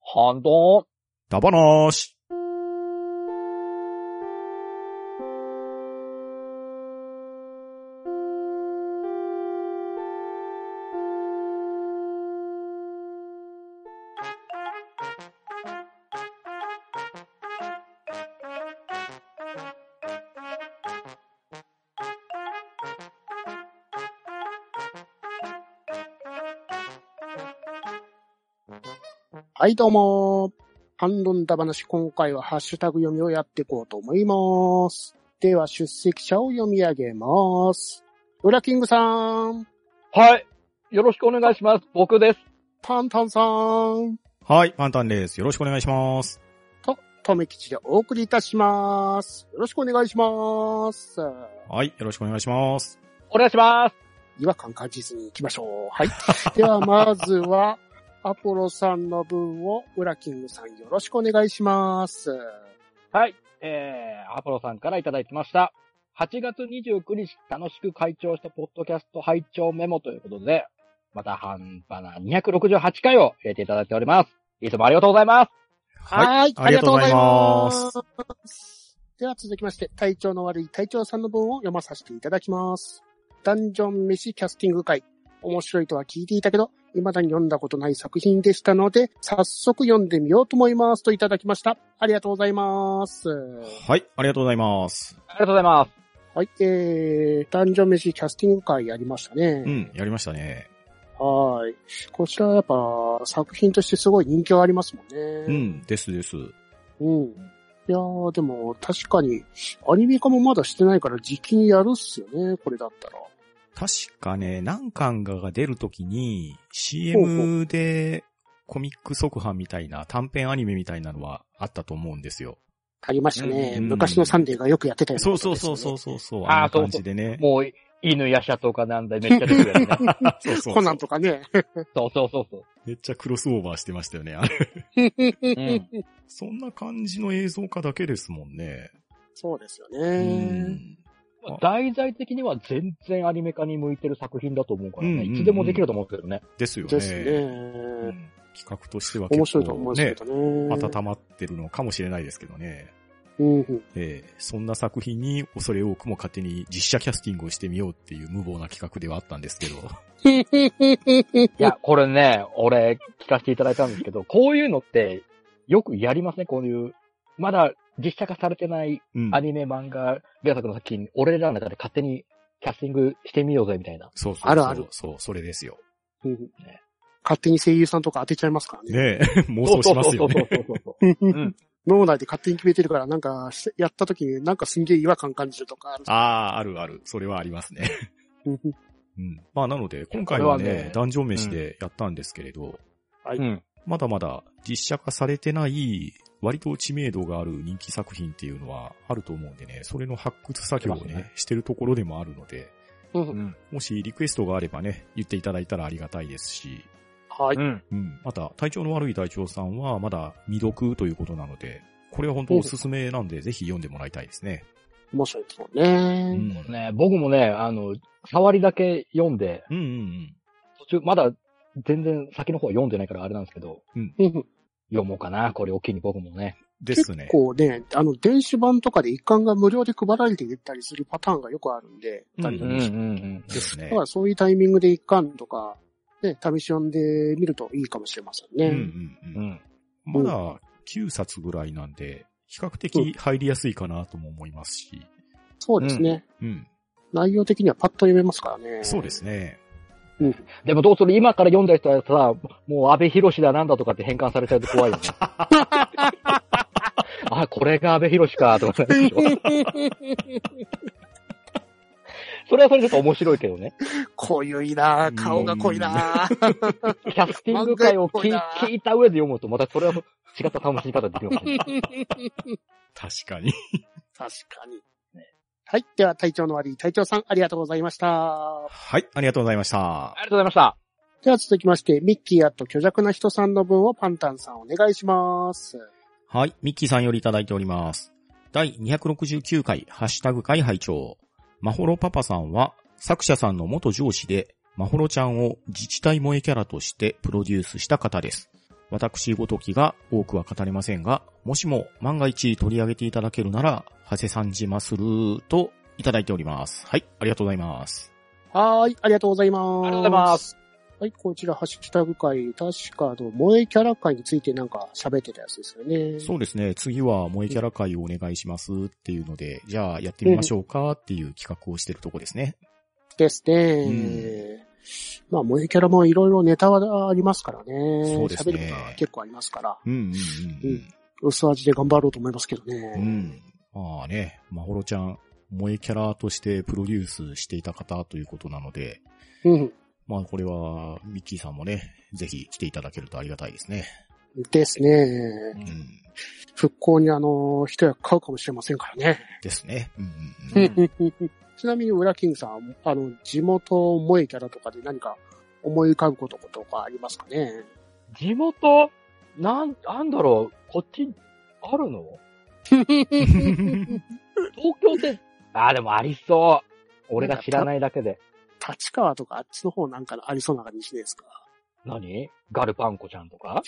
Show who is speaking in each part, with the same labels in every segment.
Speaker 1: ハンド
Speaker 2: ダバナシ。
Speaker 3: はい、どうも。ハンドンダ話、今回はハッシュタグ読みをやっていこうと思います。では、出席者を読み上げます。ウラキングさん、
Speaker 1: はい。よろしくお願いします。僕です。
Speaker 3: タンタンさん、
Speaker 2: はい、パンタンです。よろしくお願いします。
Speaker 3: とめきちでお送りいたします。よろしくお願いします。
Speaker 2: はい、よろしくお願いします。
Speaker 1: お願いします。
Speaker 3: 違和感感じずに行きましょう。はい。では、まずは、アポロさんの分をウラキングさんよろしくお願いします。
Speaker 1: はい。えー、アポロさんからいただきました。8月29日、楽しく会長したポッドキャスト拝聴メモということで、また半端な268回を入れていただいております。いつもありがとうございます。
Speaker 3: はい。
Speaker 2: ありがとうございます
Speaker 3: す。では続きまして、体調の悪い隊長さんの文を読まさせていただきます。ダンジョン飯キャスティング会。面白いとは聞いていたけど、未だに読んだことない作品でしたので、早速読んでみようと思いますといただきました。ありがとうございます。
Speaker 2: はい、ありがとうございます。
Speaker 1: ありがとうございます。
Speaker 3: はい、えー、ダンジョン飯キャスティング会やりました
Speaker 2: う
Speaker 3: ね。
Speaker 2: ん、やりましたね。
Speaker 3: はい。こちらはやっぱ作品としてすごい人気はありますもんね。
Speaker 2: うん、ですです。
Speaker 3: うん。いやー、でも、確かに、アニメ化もまだしてないから、時期にやるっすよね、これだったら。
Speaker 2: 確かね、何巻かが出るときに、
Speaker 3: ほう
Speaker 2: CM でコミック速販みたいな短編アニメみたいなのはあったと思うんですよ。
Speaker 3: ありましたね。
Speaker 2: うん
Speaker 3: 昔のサンデーがよくやってたよ
Speaker 2: そうそうそうそううそうそう、
Speaker 1: あー
Speaker 2: あんな感じでね。
Speaker 1: もう、犬や車とかなんだめっちゃ出てくるやつね。
Speaker 2: そうそう
Speaker 3: コ
Speaker 2: そ
Speaker 3: ナ
Speaker 2: う
Speaker 3: ン。とかね。
Speaker 1: そうそうそうそう。
Speaker 2: めっちゃクロスオーバーしてましたよね。あれ
Speaker 1: ん
Speaker 2: そんな感じの映像化だけですもんね。
Speaker 3: そうですよ
Speaker 2: う
Speaker 3: ね。
Speaker 2: ん。
Speaker 1: まあ題材的には全然アニメ化に向いてる作品だと思うから
Speaker 2: うんうん
Speaker 1: ね。
Speaker 2: うん
Speaker 1: いつでもできると思うけどね。
Speaker 2: ですよね。
Speaker 3: です
Speaker 2: う
Speaker 3: ね。
Speaker 2: ん企画としては
Speaker 3: 面白
Speaker 2: 結
Speaker 3: いと思
Speaker 2: 構
Speaker 3: うんです
Speaker 2: ね
Speaker 3: け、どね。
Speaker 2: 温まってるのかもしれないですけどね。
Speaker 3: うんうん。
Speaker 2: ええそんな作品に恐れ多くも勝手に実写キャスティングをしてみようっていう無謀な企画ではあったんですけど。
Speaker 1: いや、これね、俺、聞かせていただいたんですけど、こういうのって、よくやりますね、こういう。まだ実写化されてない
Speaker 2: うん
Speaker 1: ア。ニメ、漫画、原作の作品、俺らの中で勝手にキャスティングしてみようぜ、みたいな。
Speaker 2: そうそうそう。
Speaker 3: あるある
Speaker 2: そう、それですよ。
Speaker 3: うん 勝手に声優さんとか当てちゃいますからね。
Speaker 2: ね え、妄想しますよ ね。
Speaker 1: そうそうそうそううん
Speaker 3: 脳内で勝手に決めてるから、なんか、やった時になんかすんげえ違和感感じるとかあるし。
Speaker 2: ああ、あるある。それはありますね。
Speaker 3: うんうん
Speaker 2: うん。まあなので、今回は
Speaker 1: これはね
Speaker 2: ね、ダンジョン飯でやったんですけれど、
Speaker 3: はい
Speaker 1: うん。
Speaker 2: まだまだ実写化されてない、割と知名度がある人気作品っていうのはあると思うんでね、それの発掘作業を
Speaker 1: そうです
Speaker 2: ね
Speaker 1: ね、
Speaker 2: してるところでもあるので、
Speaker 1: うん。うん。
Speaker 2: もしリクエストがあればね、言っていただいたらありがたいですし、
Speaker 3: はい。
Speaker 1: うん。
Speaker 2: うん。また、体調の悪い隊長さんはまだ未読ということなので、これは本当おすすめなんで、ぜひ読んでもらいたいですね。
Speaker 3: 面白いですもん
Speaker 2: うん。う
Speaker 3: ね。
Speaker 2: ん
Speaker 1: ね、僕もね、あの、触りだけ読んで、
Speaker 2: うんうん。
Speaker 1: 途中、まだ全然先の方は読んでないからあれなんですけど、
Speaker 3: うんうん
Speaker 1: 読もうかな、これを機に僕もね。
Speaker 2: ですね
Speaker 3: 結。構ね、あの、電子版とかで一巻が無料で配られていったりするパターンがよくあるんで、
Speaker 2: うん
Speaker 3: だ
Speaker 1: うんうんうん。
Speaker 2: ですね
Speaker 3: か。らそういうタイミングで一巻とか、ね、試し読んでみるといいかもしれません
Speaker 2: う
Speaker 3: ね。
Speaker 2: んうん
Speaker 1: う
Speaker 2: うん。
Speaker 1: ん。
Speaker 2: まだ9冊ぐらいなんで、比較的入りやすいかなとも思いますし、
Speaker 3: そうですね、
Speaker 2: うん。
Speaker 3: 内容的にはパッと読めますからね。
Speaker 2: そうですね。
Speaker 1: でもどうする今から読んだ人はさ、もう安倍博士だなんだとかって変換されちゃうと怖い よね。あ、これが安倍博士か、とかなるでしょ。 それはそれでちょっと面白いけどね。
Speaker 3: 濃ゆいなぁ顔が 濃いなぁ
Speaker 1: キャスティング会を聞い
Speaker 3: 漫画っぽいな
Speaker 1: 聞いた上で読むと、またそれは違った楽しみ 方できるかもしれない。
Speaker 2: 確かに。
Speaker 3: 確かに。はい。では、隊長の悪い隊長さん、ありがとうございました。
Speaker 2: はい、ありがとうございました
Speaker 1: あ。りがとうございました。
Speaker 3: では続きまして、ミッキーやと虚弱な人さんの分をパンタンさんお願いします。
Speaker 2: はい、ミッキーさんよりいただいております。第269回、ハッシュタグ会拝聴まほろパパさんは、作者さんの元上司で、まほろちゃんを自治体萌えキャラとしてプロデュースした方です。私ごときが多くは語れませんが、もしも万が一取り上げていただけるなら、長谷さんじまするといただいております。はい、ありがとうございます。
Speaker 3: はーい、ありがとうございま
Speaker 1: あ
Speaker 3: す。
Speaker 1: りがとうございます。
Speaker 3: はい、こちら、ハッシュタグ会、確か、あの、萌えキャラ会についてなんか喋ってたやつですよね。
Speaker 2: そうですね、次は萌えキャラ会をお願いしますっていうので、じゃあやってみましょうかっていう企画をしてるとこですね。
Speaker 3: ですね。
Speaker 2: う
Speaker 3: まあ、萌えキャラもいろいろネタはありますからね。
Speaker 2: そうですね
Speaker 3: 喋ることは結構ありますから、
Speaker 2: うんうんうん
Speaker 3: 薄味で頑張ろうと思いますけどね。
Speaker 2: うん。うん。まあね、まほろちゃん、萌えキャラとしてプロデュースしていた方ということなので、
Speaker 3: うん。
Speaker 2: まあこれは、ミッキーさんもね、ぜひ来ていただけるとありがたいですね。
Speaker 3: ですね。
Speaker 2: うん。
Speaker 3: 復興にあの、一役買うかもしれませんからね。
Speaker 2: ですね。うん
Speaker 1: う
Speaker 2: うん ん
Speaker 3: ちなみに、ウラキングさん、あの、地元萌えキャラとかで何か思い浮かぶこととかありますかね
Speaker 1: 地元、なん、なんだろう、こっち、あるの
Speaker 2: うん。
Speaker 1: 東京って、あーでもありそう。俺が知らないだけで。
Speaker 3: 立川とかあっちの方なんかありそうな感じしないですか
Speaker 1: 何ガルパンコちゃんとか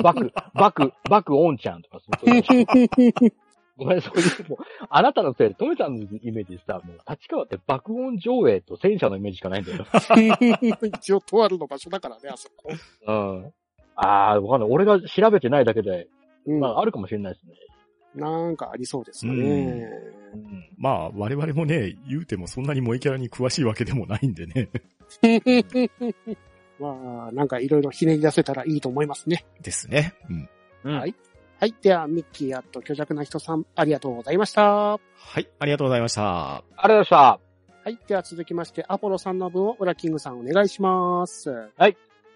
Speaker 1: バク、バク、バクオンちゃんとかそういうこと。ごめん、そういう、もう、あなたのせいで、トメさんのイメージさ、もう、立川って爆音上映と戦車のイメージしかないん だよ。
Speaker 3: 一応、とあるの場所だからね、あそこ。
Speaker 1: うん。ああ、わかんない。俺が調べてないだけで、
Speaker 3: うん
Speaker 1: まあ、あるかもしれないですね。
Speaker 3: なんかありそうですかね。
Speaker 2: う
Speaker 1: うん。
Speaker 2: まあ我々もね、言うてもそんなに萌えキャラに詳しいわけでもないんでね。
Speaker 3: まあ、なんかいろいろひねり出せたらいいと思いますね。
Speaker 2: ですね。うん。
Speaker 1: うん
Speaker 3: はいはい。では、ミッキーやっと虚弱な人さん、ありがとうございました。は
Speaker 2: はい、ありがとうございました。
Speaker 1: ありがとうございました。
Speaker 3: い。では続きまして、アポロさんの分をウラキングさんお願いします。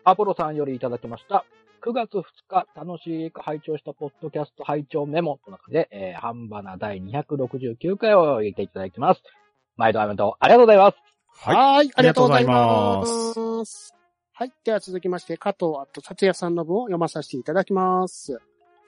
Speaker 1: アポロさんよりいただきました。9月2日、楽しく拝聴したポッドキャスト拝聴メモの中で、えー、ハンバナ第269回を言っていただきます。毎度アメント、ありがとうございます。
Speaker 2: はい。
Speaker 3: はい。ありがとうござい
Speaker 2: ありが
Speaker 3: ま
Speaker 2: とう
Speaker 3: す。はい。では続きまして、加藤あと達也さんの文を読まさせていただきます。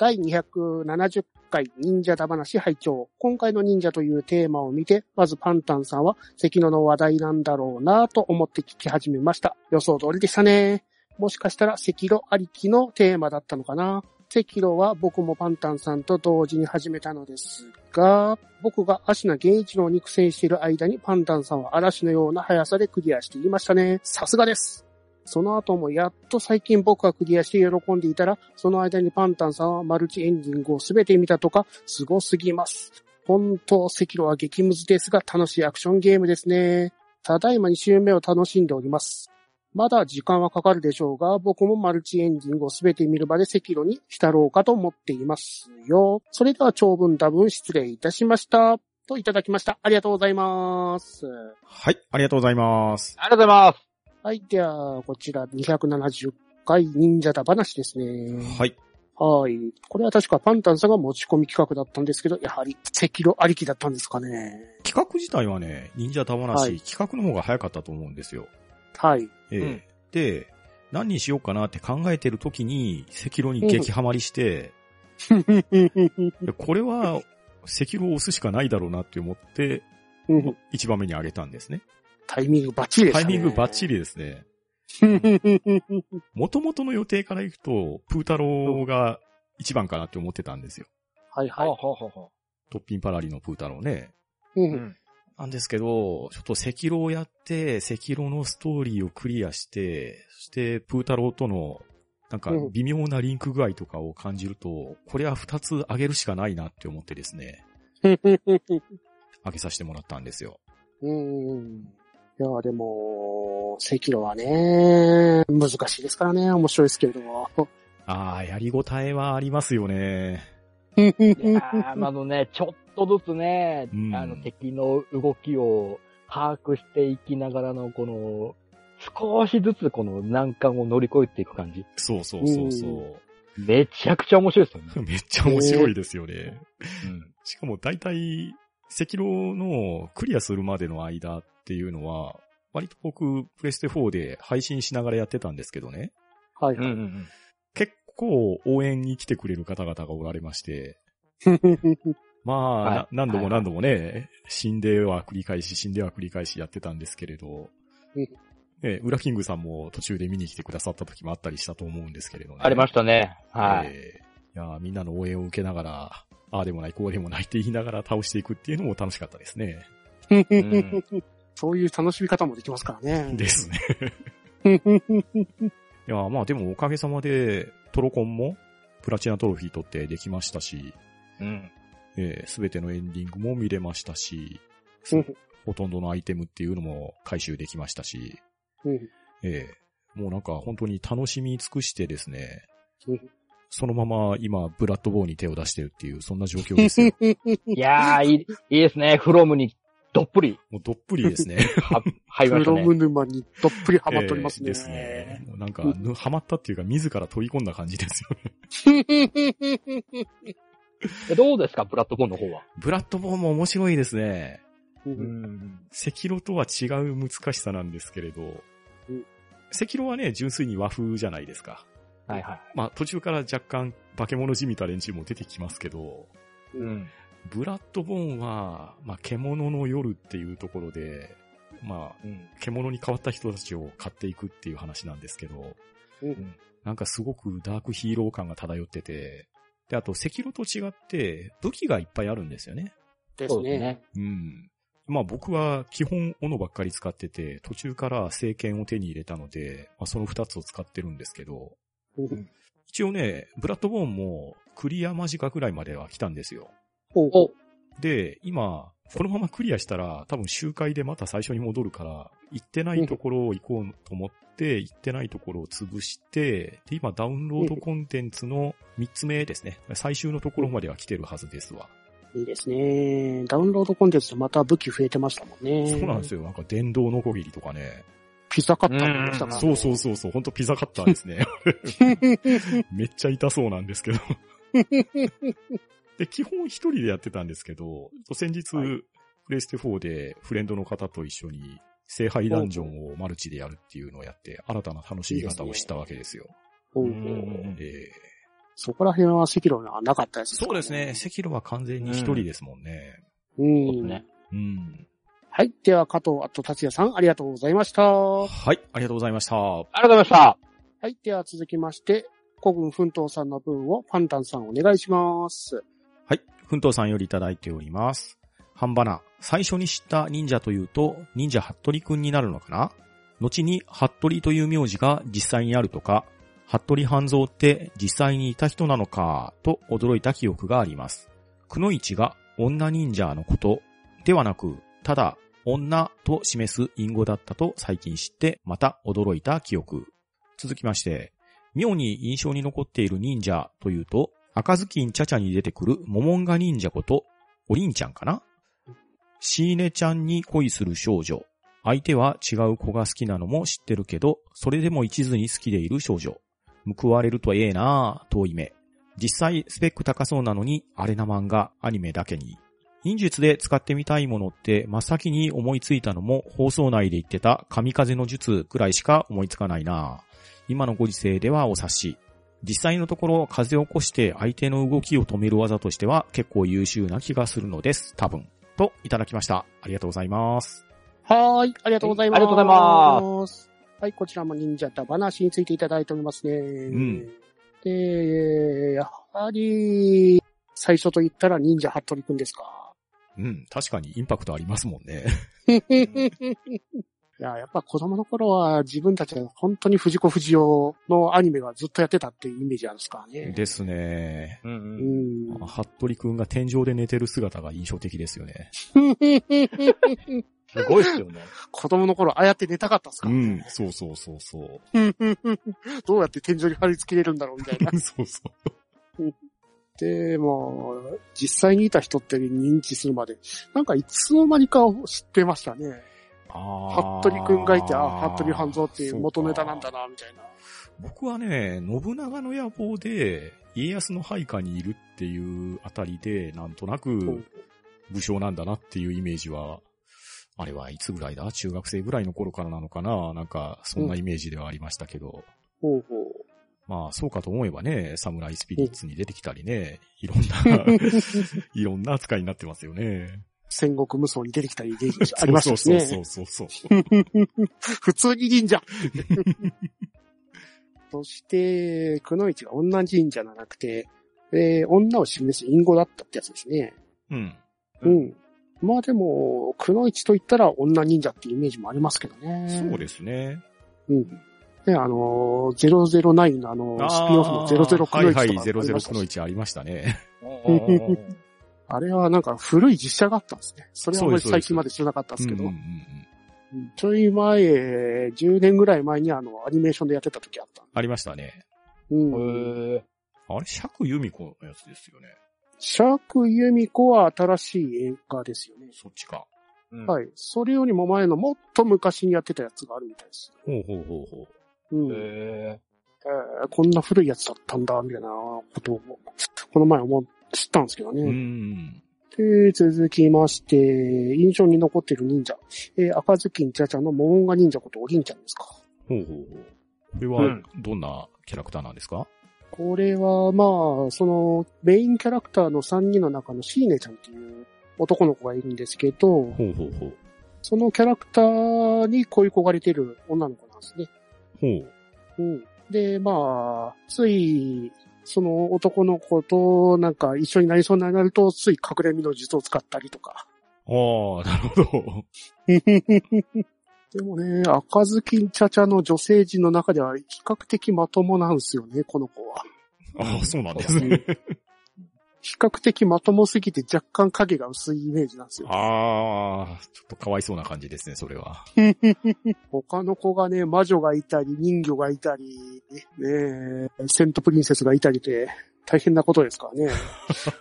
Speaker 3: 第270回忍者だ話拝聴。今回の忍者というテーマを見て、まずパンタンさんは関野の話題なんだろうなぁと思って聞き始めました。予想通りでしたね。もしかしたら赤炉ありきのテーマだったのかな赤炉は僕もパンタンさんと同時に始めたのですが、僕が芦名源一郎に苦戦している間にパンタンさんは嵐のような速さでクリアしていましたね。さすがです。その後もやっと最近僕がクリアして喜んでいたら、その間にパンタンさんはマルチエンディングを全て見たとか、凄すぎます。本当、赤炉は激ムズですが楽しいアクションゲームですね。ただいま2周目を楽しんでおります。まだ時間はかかるでしょうが、僕もマルチエンディングを全て見るまで赤炉に浸ろうかと思っていますよ。それでは長文多文失礼いたしました。といただきました。ありがとうございます。
Speaker 2: はい、ありがとうございます。
Speaker 1: ありがとうございます。
Speaker 3: はい、では、こちら270回忍者だ話ですね。
Speaker 2: はい。
Speaker 3: はい。これは確かパンタンさんが持ち込み企画だったんですけど、やはり赤炉ありきだったんですかね。
Speaker 2: 企画自体はね、忍者玉
Speaker 3: は
Speaker 2: 梨、
Speaker 3: い
Speaker 2: 企画の方が早かったと思うんですよ。
Speaker 3: はい。
Speaker 2: ええ
Speaker 1: うん
Speaker 2: で、何にしようかなって考えてる時に、赤炉に激ハマりして、いやこれは、赤炉を押すしかないだろうなって思って、一番目に上げたんですね。
Speaker 3: タイミングバッチリでし
Speaker 2: タ
Speaker 3: た
Speaker 2: イミ
Speaker 3: ね。
Speaker 2: ングバッチ
Speaker 3: リ。
Speaker 2: リですね。元々の予定から行くと、プータローが一番かなって思ってたんですよ。
Speaker 3: はい
Speaker 1: ほう
Speaker 3: は
Speaker 1: ほうほうほ
Speaker 2: トッピンパラリのプータローね。
Speaker 3: い。う
Speaker 1: う。うんん。
Speaker 2: なんですけど、ちょっと赤炉をやって、赤炉のストーリーをクリアして、そしてプータローとの、なんか
Speaker 3: うん
Speaker 2: 微妙なリンク具合とかを感じると、これは二つ上げるしかないなって思ってですね、 上げさせてもらったんですよ。
Speaker 3: うん。いや、でも、赤炉はね、難しいですからね、面白いですけれども。
Speaker 2: ああ、やりごたえはありますよね。
Speaker 1: いやー まああのね、ちょっとずつね、
Speaker 2: うん
Speaker 1: あの敵の動きを把握していきながらの、この、少しずつこの難関を乗り越えていく感じ。
Speaker 2: そうそうそうそう。
Speaker 1: めちゃくちゃ面白いですよね。
Speaker 2: めっちゃ面白いですよね。
Speaker 1: うん。
Speaker 2: しかも大体、赤狼のクリアするまでの間っていうのは、割と僕、プレステ4で配信しながらやってたんですけどね。
Speaker 3: はい
Speaker 1: うんう
Speaker 3: はい。
Speaker 1: ん
Speaker 2: 結構応援に来てくれる方々がおられまして、まあ、
Speaker 1: はい
Speaker 2: な何度も何度もね、死んでは繰り返し、死んでは繰り返しやってたんですけれど
Speaker 3: うん、
Speaker 2: えー、ウラキングさんも途中で見に来てくださった時もあったりしたと思うんですけれどね。
Speaker 1: ありましたね。はい。
Speaker 2: えーいやーみんなの応援を受けながら、ああでもない、こうでもないって言いながら倒していくっていうのも楽しかったですね。
Speaker 1: ん
Speaker 3: そういう楽しみ方もできますからね。
Speaker 2: ですね。いやーまあでもおかげさまで、トロコンもプラチナトロフィー取ってできましたし、
Speaker 1: うん。
Speaker 2: えー、すべてのエンディングも見れましたし、
Speaker 3: うん
Speaker 2: ほとんどのアイテムっていうのも回収できましたし、
Speaker 3: うん
Speaker 2: えー、もうなんか本当に楽しみ尽くしてですね
Speaker 3: うん、
Speaker 2: そのまま今、ブラッドボーに手を出してるっていう、そんな状況です よ。
Speaker 1: いやー、いい、いいですね。フロムにどっぷり
Speaker 2: もうどっぷりです ね。
Speaker 1: は、入りまし
Speaker 3: プ
Speaker 1: た
Speaker 3: ロ
Speaker 1: ね
Speaker 3: ム。沼にどっぷりハマっておりますね。
Speaker 2: えーですね。もうなんか、ぬハマったっていうか、自ら飛び込んだ感じですよね。
Speaker 1: えどうですか、プラットフォームの方は。
Speaker 2: ブラッドボーンも面白いですね。
Speaker 3: うん
Speaker 1: ん。
Speaker 2: 赤炉とは違う難しさなんですけれど
Speaker 3: うん、
Speaker 2: 赤炉はね、純粋に和風じゃないですか。
Speaker 1: はいはい。
Speaker 2: まあ途中から若干化け物じみた連中も出てきますけど、
Speaker 1: うん。
Speaker 2: ブラッドボーンは、まあ獣の夜っていうところで、まあ
Speaker 1: うん。
Speaker 2: 獣に変わった人たちを買っていくっていう話なんですけど、
Speaker 3: うん
Speaker 2: なんかすごくダークヒーロー感が漂ってて、で、あと赤炉と違って武器がいっぱいあるんですよね。
Speaker 3: で
Speaker 1: そ
Speaker 3: す
Speaker 1: うです
Speaker 3: ね。
Speaker 1: ね。
Speaker 2: うん。まあ僕は基本斧ばっかり使ってて、途中から聖剣を手に入れたので、まあその二つを使ってるんですけど、
Speaker 3: うん
Speaker 2: 一応ね、ブラッドボーンもクリア間近ぐらいまでは来たんですよ。
Speaker 3: ほう
Speaker 1: お、
Speaker 2: で、今、このままクリアしたら、多分周回でまた最初に戻るから、行ってないところを行こうと思って、行ってないところを潰して、で、今ダウンロードコンテンツの3つ目ですね。最終のところまでは来てるはずですわ。
Speaker 3: いいですね。ダウンロードコンテンツでまた武器増えてましたもんね。
Speaker 2: そうなんです
Speaker 3: よ。
Speaker 2: よ。なんか電動ノコギリとかね。
Speaker 3: ピザカッターもいましたからね
Speaker 2: そうそうそうそう。ほんとピザカッターです ね。めっちゃ痛そうなんですけど。で、基本一人でやってたんですけど、先日、
Speaker 3: はい
Speaker 2: プレステ4でフレンドの方と一緒に聖杯ダンジョンをマルチでやるっていうのをやって、新たな楽しみ方をしたわけですよ。
Speaker 3: ほうほう
Speaker 1: うん
Speaker 2: ええ
Speaker 3: そこら辺は赤色はなかったです、
Speaker 2: そうですね。。赤炉は完全に一人ですもんね。
Speaker 3: う
Speaker 1: そうです
Speaker 3: ん。
Speaker 1: ね。
Speaker 2: うん。
Speaker 3: はい。では、加藤、あと達也さん、ありがとうございました。は
Speaker 2: はい、ありがとうございました。は
Speaker 1: ありがとうございました。
Speaker 3: い。では、続きまして、古軍奮闘さんの分を、ファンタンさんお願いします。
Speaker 2: い、奮闘さんよりいただいております。半ばな、最初に知った忍者というと、忍者服部くんになるのかな後に、服部という名字が実際にあるとか、服部半蔵って実際にいた人なのか、と驚いた記憶があります。くのいちが女忍者のことではなく、ただ女と示す隠語だったと最近知って、また驚いた記憶。続きまして、妙に印象に残っている忍者というと、赤ずきんちゃちゃに出てくるモモンガ忍者こと、おりんちゃんかなシーネちゃんに恋する少女。相手は違う子が好きなのも知ってるけど、それでも一途に好きでいる少女。報われるとええなぁ、遠い目。実際、スペック高そうなのに、あれな漫画、アニメだけに。忍術で使ってみたいものって、真っ先に思いついたのも、放送内で言ってた神風の術くらいしか思いつかないなぁ。今のご時世ではお察し。実際のところ、風を起こして相手の動きを止める技としては、結構優秀な気がするのです、多分。と、いただきました。ありがとうございます。。
Speaker 3: はーい。ありがとうございます。
Speaker 1: ありがとうご
Speaker 3: ざいます。はい。こちらも忍者と話についていただいておりますね。うんで、やはり、最初と言ったら忍者服部くんですか。
Speaker 2: うん、確かにインパクトありますもんね。
Speaker 3: いや、やっぱ子供の頃は自分たちは本当に藤子不二雄のアニメがずっとやってたっていうイメージなんですからね。
Speaker 2: ですね。
Speaker 1: う
Speaker 3: うんん。
Speaker 2: 服部くんが天井で寝てる姿が印象的ですよね。
Speaker 1: すごいっすよね。
Speaker 3: 子供の頃ああやって寝たかったっすからね。
Speaker 2: そうそうそうそう。
Speaker 3: どうやって天井に貼り付けれるんだろうみたいな。
Speaker 2: そうそう。
Speaker 3: で、もう、実際にいた人って認知するまで、なんかいつの間にか知ってましたね。
Speaker 2: あ
Speaker 3: 服部くんがいて、あ、服部半蔵っていう元ネタなんだな、みたいな。
Speaker 2: 僕はね、信長の野望で、家康の配下にいるっていうあたりで、なんとなく
Speaker 3: ん
Speaker 2: 武将なんだなっていうイメージは、あれはいつぐらいだ中学生ぐらいの頃からなのかななんか、そんなイメージではありましたけど。
Speaker 3: ほうほう。、
Speaker 2: まあ、そうかと思えばね、サムライスピリッツに出てきたりね、いろんな いろんな扱いになってますよね。
Speaker 3: 戦国無双に出てきたりでありましたしね。
Speaker 2: そうそうそうそう。
Speaker 3: 普通に神社。 そして、くのいちが女神社じゃなくて、えー女を示す隠語だったってやつですね。
Speaker 2: うん。
Speaker 1: う
Speaker 3: うんん。まあでも、くのいちと言ったら女忍者ってイメージもありますけどね。
Speaker 2: そうですね。
Speaker 3: す。うん。ね、あのー、009のあのー、スピンオフの
Speaker 2: あー
Speaker 3: 00く
Speaker 2: は
Speaker 3: の
Speaker 2: い
Speaker 3: いちとかあ
Speaker 2: は
Speaker 3: り
Speaker 2: い、
Speaker 3: ました
Speaker 2: 00
Speaker 3: し。
Speaker 2: くの1ありましたね。
Speaker 3: あれはなんか古い実写があったんですね。それはあんまり
Speaker 2: そうですそう
Speaker 3: 最
Speaker 2: です
Speaker 3: 近まで知らなかったんですけど、
Speaker 2: うんうんうん
Speaker 3: うんちょい前、10年ぐらい前にあの、アニメーションでやってた時あった。
Speaker 2: ありましたね。
Speaker 3: うん。
Speaker 1: へ
Speaker 2: あれ、釈由美子のやつですよね。
Speaker 3: 釈由美子は新しい映画ですよね。
Speaker 2: そっちか。
Speaker 1: ーい。
Speaker 3: はい。それよりも前のもっと昔にやってたやつがあるみたいです。
Speaker 2: ほうほうほうほう。
Speaker 3: うん。え
Speaker 1: へ
Speaker 3: ーこんな古いやつだったんだ、みたいなことを、この前思っ知ったんですけどね。
Speaker 2: うん。
Speaker 3: で、続きまして、印象に残ってる忍者。えー赤ずきんちゃちゃのモモンガ忍者ことおりんちゃんですか。
Speaker 2: ほうほうほう。これ
Speaker 1: う
Speaker 2: は
Speaker 1: ん、
Speaker 2: どんなキャラクターなんですか、
Speaker 3: これは、まあ、その、メインキャラクターの3人の中のシーネちゃんっていう男の子がいるんですけど、
Speaker 2: ほうほうほう。
Speaker 3: そのキャラクターに恋焦がれてる女の子なんですね。
Speaker 2: ほう。
Speaker 3: うん。で、まあ、つい、その男の子となんか一緒になりそうになると、つい隠れ身の術を使ったりとか。
Speaker 2: あ あ、なるほど。
Speaker 3: でもね、赤ずきんちゃちゃの女性陣の中では比較的まともなんですよね、この子は。
Speaker 2: ああ、そうなんですね。
Speaker 3: 比較的まともすぎて若干影が薄いイメージなんですよ。
Speaker 2: ああ、ちょっとかわいそうな感じですね、それは。
Speaker 3: 他の子がね、魔女がいたり、人魚がいたり、ねえ、セントプリンセスがいたりで、大変なことですからね。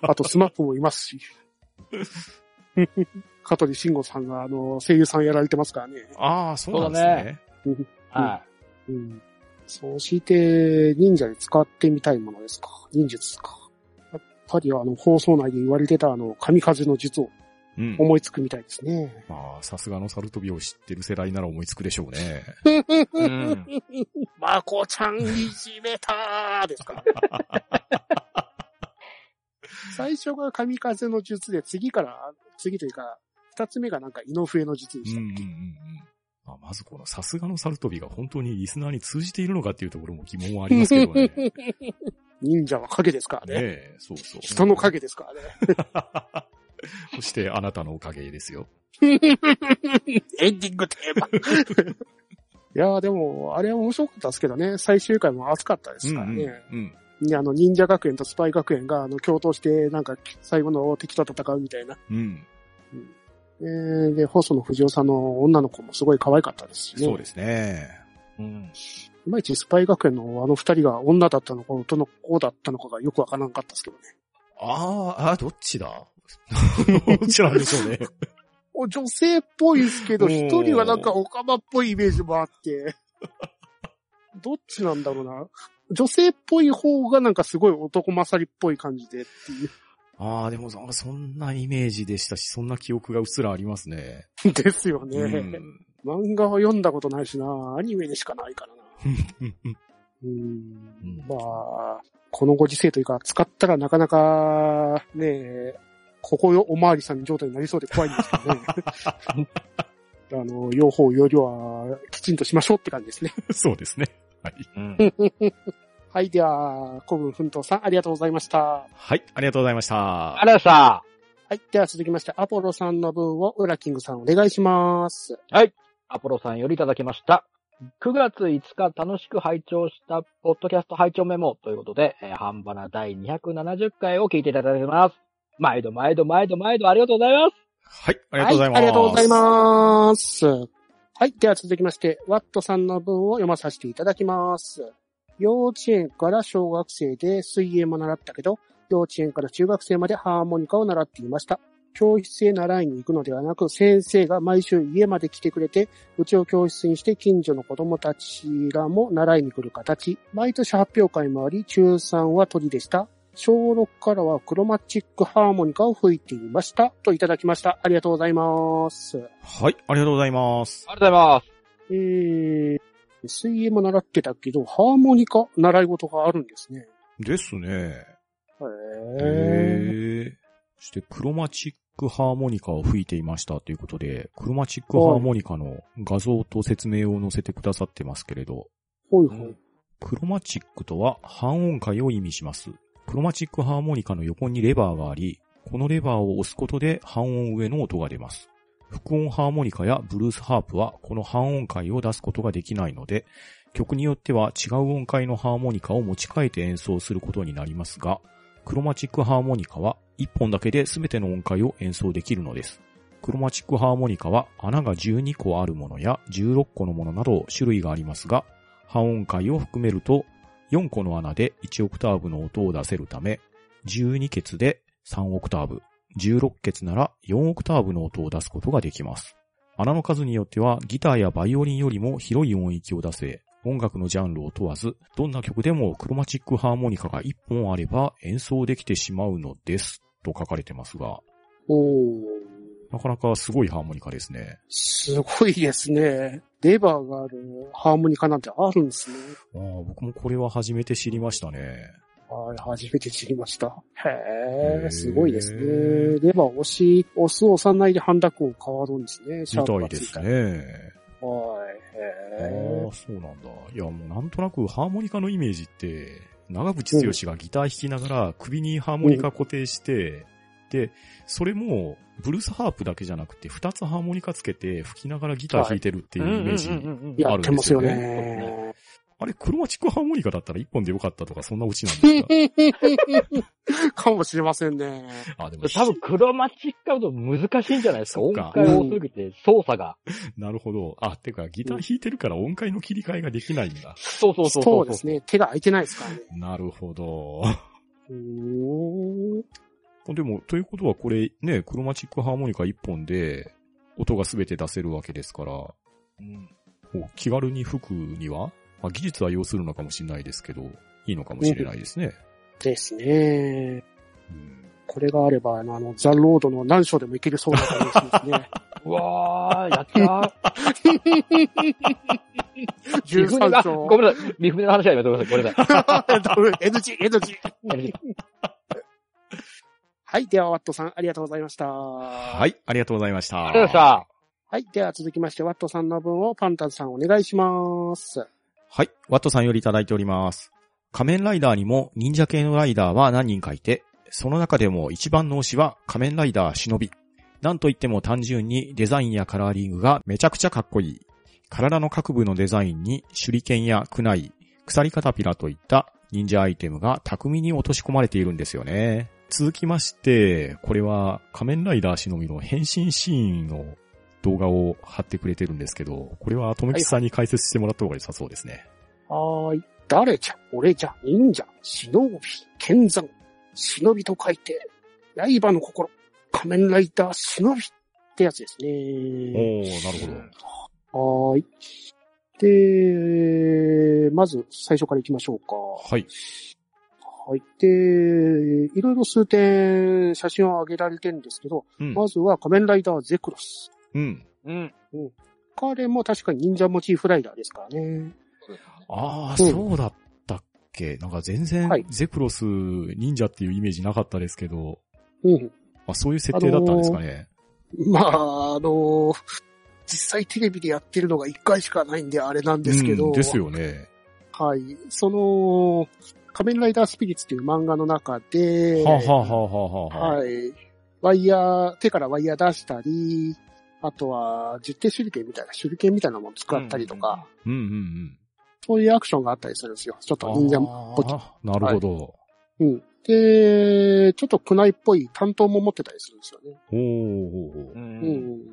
Speaker 3: あと、スマップもいますし。 香取慎吾さんが、あの、声優さんやられてますからね。
Speaker 2: ああ、そうなんです
Speaker 1: そうだ
Speaker 2: ね。
Speaker 1: ーは
Speaker 3: うん。そして、忍者で使ってみたいものですか。忍術ですか。やっぱり、あの、放送内で言われてた、あの、神風の術を
Speaker 2: うん。
Speaker 3: 思いつくみたいですね。
Speaker 2: まあ、さすがの猿飛びを知ってる世代なら思いつくでしょうね。
Speaker 1: い。うん。
Speaker 3: まこちゃんいじめたーですから。 最初が神風の術で、次から、次というか、二つ目がなんか井の笛の術で
Speaker 2: うん
Speaker 3: し
Speaker 2: う
Speaker 3: た
Speaker 2: んう。んうん。まあ、まずこのさすがの猿飛びが本当にリスナーに通じているのかっていうところも疑問はありますけど ね。ね
Speaker 3: 忍者は影ですからね。
Speaker 2: え、そうそう。
Speaker 3: 人の。影ですからね。
Speaker 2: そしてあなたのおかげですよ。
Speaker 3: エンディングテー マ。いやーでも、あれは面白かったですけどね、最終回も熱かったですからね。
Speaker 2: うん。
Speaker 3: ねあの、忍者学園とスパイ学園が、あの、共闘して、なんか、最後の敵と戦うみたいな。
Speaker 2: うん。
Speaker 3: えーで、細野藤夫さんの女の子もすごい可愛かったですしね。
Speaker 2: そうですね。
Speaker 1: うん。
Speaker 3: いまいちスパイ学園のあの二人が女だったのか男の子だったのかがよくわからんかったですけどね。
Speaker 2: ああ、あどっちだ どっちなんでしょうね。
Speaker 3: お女性っぽいですけど、
Speaker 2: おー
Speaker 3: 一人はなんかオカマっぽいイメージもあって、 どっちなんだろうな。女性っぽい方がなんかすごい男勝りっぽい感じでっていう。
Speaker 2: ああ、でもそそんなイメージでしたし、そんな記憶がうっすらありますね。
Speaker 3: ですよね、
Speaker 2: うん。
Speaker 3: 漫画は読んだことないしな、アニメでしかないからな。 うん
Speaker 2: うん
Speaker 3: まあ、このご時世というか、使ったらなかなか、ねえ、ここよおまわりさん状態になりそうで怖いんですけどね。あの、用法用量はきちんとしましょうって感じですね。
Speaker 2: そうですね。はい。
Speaker 1: うん。
Speaker 3: はい、では、古文奮闘さん、ありがとうございました。
Speaker 2: はい、ありがとうございました。
Speaker 1: あらさ、
Speaker 3: はい、では続きまして、アポロさんの分を、ウラキングさんお願いします。
Speaker 1: アポロさんよりいただきました。9月5日楽しく拝聴したポッドキャスト拝聴メモということで、えー、半ばな第270回を聞いていただいてます。毎度毎度毎度毎度ありがとうございます。
Speaker 2: はい、ありがとうございます。
Speaker 3: はい、ありがとうございます。はい、では続きまして、ワットさんの文を読まさせていただきます。幼稚園から小学生で水泳も習ったけど、幼稚園から中学生までハーモニカを習っていました。教室へ習いに行くのではなく、先生が毎週家まで来てくれて、うちを教室にして近所の子供たちらも習いに来る形。毎年発表会もあり、中3は鳥でした。小6からはクロマチックハーモニカを吹いていました。といただきました。ありがとうございます。
Speaker 2: はい、ありがとうございます。
Speaker 1: ありがとうございます。
Speaker 3: えー、水泳も習ってたけど、ハーモニカ、習い事があるんですね。
Speaker 2: ですね。
Speaker 3: へ
Speaker 2: へえ。そして、クロマチックハーモニカを吹いていましたということで、クロマチックハーモニカの画像と説明を載せてくださってますけれど、
Speaker 3: ほいほい。
Speaker 2: クロマチックとは半音階を意味します。クロマチックハーモニカの横にレバーがあり、このレバーを押すことで半音上の音が出ます。副音ハーモニカやブルースハープはこの半音階を出すことができないので、曲によっては違う音階のハーモニカを持ち替えて演奏することになりますが、クロマチックハーモニカは1本だけで全ての音階を演奏できるのです。クロマチックハーモニカは穴が12個あるものや16個のものなど種類がありますが、半音階を含めると4個の穴で1オクターブの音を出せるため、12ケツで3オクターブ、16ケツなら4オクターブの音を出すことができます。穴の数によってはギターやバイオリンよりも広い音域を出せ、音楽のジャンルを問わず、どんな曲でもクロマチックハーモニカが1本あれば演奏できてしまうのです、と書かれてますが、
Speaker 3: おー。
Speaker 2: なかなかすごいハーモニカですね。
Speaker 3: すごいですね。レバーがあるハーモニカなんてあるんですね。
Speaker 2: あー僕もこれは初めて知りましたね。
Speaker 3: はい、初めて知りました。へ
Speaker 2: へ
Speaker 3: え、
Speaker 2: ー
Speaker 3: すごいですね。レバー押し、押す押さないで半濁音変わるんですね。シャ
Speaker 2: み
Speaker 3: ー
Speaker 2: た
Speaker 3: プが
Speaker 2: い
Speaker 3: つ
Speaker 2: で
Speaker 3: い
Speaker 2: す
Speaker 3: た。
Speaker 2: ね。
Speaker 3: はい、
Speaker 2: ああ
Speaker 3: へ
Speaker 2: ー、そうなんだ。いや、もうなんとなくハーモニカのイメージって、長渕剛がギター弾きながら首にハーモニカ固定して、で、それもブルースハープだけじゃなくて、二つハーモニカつけて吹きながらギター弾いてるっ
Speaker 1: て
Speaker 2: ていうイメージ。
Speaker 3: え。や
Speaker 2: あ
Speaker 3: っ
Speaker 2: るん
Speaker 3: て
Speaker 2: で
Speaker 3: ますす
Speaker 2: よ
Speaker 3: よ
Speaker 2: ね
Speaker 3: ね。
Speaker 2: あれ、クロマチックハーモニカだったら一本でよかったとか、そんなオチなんです か
Speaker 3: かもしれませんね。
Speaker 2: あ、でも、
Speaker 1: 多分、クロマチックだと難しいんじゃないですか。
Speaker 2: そ
Speaker 1: 音
Speaker 2: っか
Speaker 1: 階多すぎて、操作が。
Speaker 2: なるほど。あ、てか、ギター弾いてるから音階の切り替えができないんだ。
Speaker 1: そうそうそう
Speaker 3: そうです。ね。 手が空いてないですからね。
Speaker 2: なるほど。
Speaker 3: うーん。
Speaker 2: でも、ということはこれ、ね、クロマチックハーモニカ一本で、音が全て出せるわけですから、
Speaker 1: うん
Speaker 2: こう気軽に吹くには、まあ、技術は要するのかもしれないですけど、いいのかもしれないですね。
Speaker 3: ですね。
Speaker 2: うん
Speaker 3: これがあれば、あの、ザ・ロードの何章でもいけるそうな感じします ね。
Speaker 1: うわー、やったー。三船
Speaker 3: 13
Speaker 1: が、
Speaker 3: 章
Speaker 1: ご。めんなさい。三船の話はやめてください。ごめんなさい。
Speaker 3: NG、NG。はい。では、ワットさん、ありがとうございました。は
Speaker 2: はい、ありがとうございまし
Speaker 1: あり
Speaker 2: た。
Speaker 1: がとうございました。
Speaker 3: はい。では続きまして、ワットさんの分をパンタンさんお願いします。
Speaker 2: はい。ワットさんよりいただいております。仮面ライダーにも忍者系のライダーは何人かいて、その中でも一番の推しは仮面ライダー忍び。なんといっても単純にデザインやカラーリングがめちゃくちゃかっこいい。体の各部のデザインに手裏剣やクナイ、鎖カタピラといった忍者アイテムが巧みに落とし込まれているんですよね。続きまして、これは仮面ライダー忍びの変身シーンの動画を貼ってくれてるんですけど、これはとめきさんに解説してもらった方が良さそうですね。
Speaker 3: はーい。誰じゃ、俺じゃ、忍者、忍び、剣山、忍びと書いて、刃の心、仮面ライダー忍びってやつですね。
Speaker 2: おおなるほど。
Speaker 3: はーい。で、まず最初から行きましょうか。
Speaker 2: はい。
Speaker 3: はい。で、いろいろ数点写真を上げられてるんですけど、
Speaker 2: うん。
Speaker 3: まずは仮面ライダーゼクロス。
Speaker 2: うん。
Speaker 1: うん。
Speaker 3: 彼も確かに忍者モチーフライダーですからね。
Speaker 2: ああ、
Speaker 3: うん
Speaker 2: そうだったっけなんか全
Speaker 3: は
Speaker 2: 然
Speaker 3: い、
Speaker 2: ゼクロス忍者っていうイメージなかったですけど、
Speaker 3: うん。
Speaker 2: あそういう設定だったんですかね。
Speaker 3: まあ、あの、実際テレビでやってるのが一回しかないんであれなんですけど、
Speaker 2: うんですよね。
Speaker 3: はい。その、仮面ライダースピリッツという漫画の中で、
Speaker 2: はあ、はあはあはあはあはあ。
Speaker 3: はい。ワイヤー、手からワイヤー出したり、あとは、十手手裏剣みたいな、手裏剣みたいなもの使ったりとか、
Speaker 1: うんうんうん
Speaker 2: うんうんうん。
Speaker 3: そういうアクションがあったりするんですよ。ちょっと忍者ポチ
Speaker 2: あーなるほど。
Speaker 3: うん。で、ちょっとkunai っぽい担当も持ってたりするんですよね。
Speaker 2: おお
Speaker 1: う。
Speaker 3: うんん。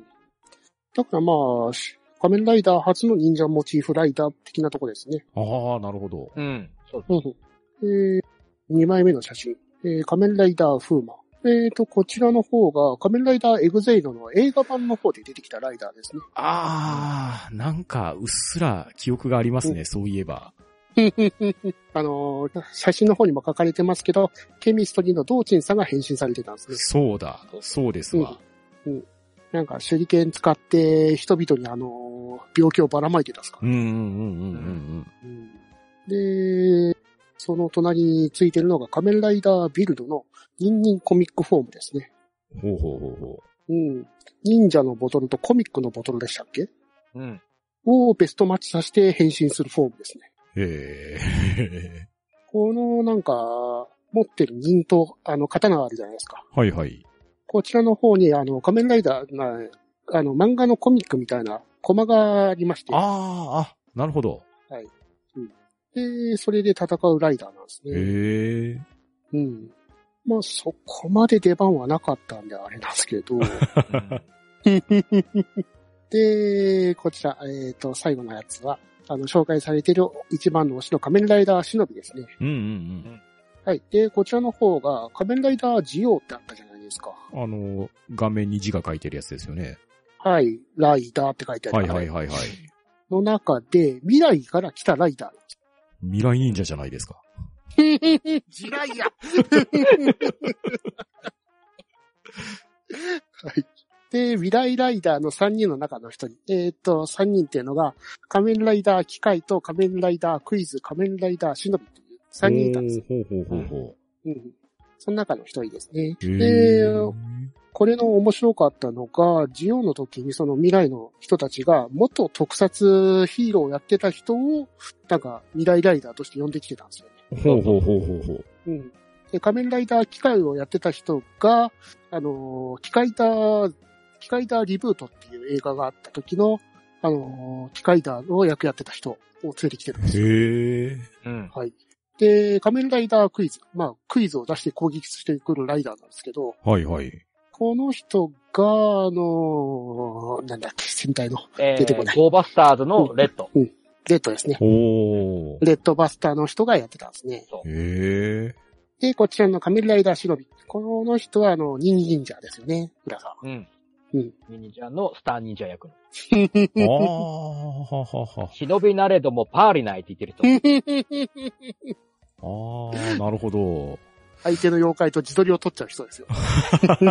Speaker 3: だからまあ、し仮面ライダー初の忍者モチーフライダー的なとこですね。
Speaker 2: ああ、なるほど。
Speaker 1: うん。そう
Speaker 3: うん。え2枚目の写真。えー仮面ライダーフーマ。えーと、こちらの方が仮面ライダーエグゼイドの映画版の方で出てきたライダーですね。
Speaker 2: ああ、なんか、うっすら記憶がありますね、そういえば。
Speaker 3: あのー写真の方にも書かれてますけど、ケミストリーの道珍さんが変身されてたんですね。
Speaker 2: そうだ、そうですわ。
Speaker 3: なんか手裏剣使って人々にあのー病気をばらまいてたんですか
Speaker 2: うんうんうんうんうん
Speaker 3: で、その隣についてるのが仮面ライダービルドのニンニンコミックフォームですね。
Speaker 2: うん。ほうほうほうほ
Speaker 3: うん。忍者のボトルとコミックのボトルでしたっけ
Speaker 1: うん。
Speaker 3: をベストマッチさせて変身するフォームですね。
Speaker 2: う。へえ。
Speaker 3: このなんか、持ってる忍と、あの、刀あるじゃないですか。
Speaker 2: はいはい。
Speaker 3: こちらの方に、あの、仮面ライダーな、あの、漫画のコミックみたいなコマがありまして、
Speaker 2: ああ、あ、なるほど。
Speaker 3: で、それで戦うライダーなんですね。
Speaker 2: へえ。
Speaker 3: うん。まあ、そこまで出番はなかったんで、あれなんですけ ど。で、こちら、えっ、と、最後のやつは、あの、紹介されている一番の推しの仮面ライダー忍びですね。
Speaker 2: うんうん
Speaker 3: はい。で、こちらの方が、仮面ライダージオウってあったじゃないですか。
Speaker 2: うん。あの、画面に字が書いてるやつですよね。
Speaker 3: はい。ライダーって書いてある。
Speaker 2: はいはいはいはい。
Speaker 3: の中で、未来から来たライダー。
Speaker 2: 未来忍者じゃないですか。
Speaker 3: 地雷 やはい。で、未来ライダーの3人の中の一人。えーっと、3人っていうのが、仮面ライダー機械と仮面ライダークイズ、仮面ライダー忍びっていう3人いたんです。
Speaker 2: ほうほうほうほ
Speaker 3: うん。その中の一人ですね。
Speaker 2: う。
Speaker 3: で
Speaker 2: へー
Speaker 3: これの面白かったのが、ジオの時にその未来の人たちが、元特撮ヒーローをやってた人を、なんか未来ライダーとして呼んできてたんですよね。
Speaker 2: ほうほうほうほうほう。
Speaker 3: うん。で、仮面ライダー機械をやってた人が、あのー、機械ダー、機械ダーリブートっていう映画があった時の、あのー、機械ダーの役やってた人を連れてきてるんですよ。
Speaker 2: へえ。
Speaker 1: うん。
Speaker 3: はい。で、仮面ライダークイズ。まあ、クイズを出して攻撃してくるライダーなんですけど、
Speaker 2: はいはい。
Speaker 3: この人が、あのーなんだっけ、戦隊の
Speaker 1: え
Speaker 3: 出てこな
Speaker 1: ー、
Speaker 3: い
Speaker 1: ゴーバスターズのレッド。
Speaker 3: レッドですね。
Speaker 2: ほう。
Speaker 3: レッドバスターの人がやってたんですね。
Speaker 2: へ え。
Speaker 3: で、こちらの仮面ライダー忍び。この人は、あの、ニンジンジャーですよね、浦さん。
Speaker 1: うん。
Speaker 3: うん。
Speaker 1: ミニちゃんのスター忍者役の。
Speaker 2: ああ、ははは。
Speaker 1: 忍びなれどもパーリナイって言ってる人。
Speaker 2: ああ、なるほど。
Speaker 3: 相手の妖怪と自撮りを撮っちゃう人ですよ。
Speaker 1: そうそう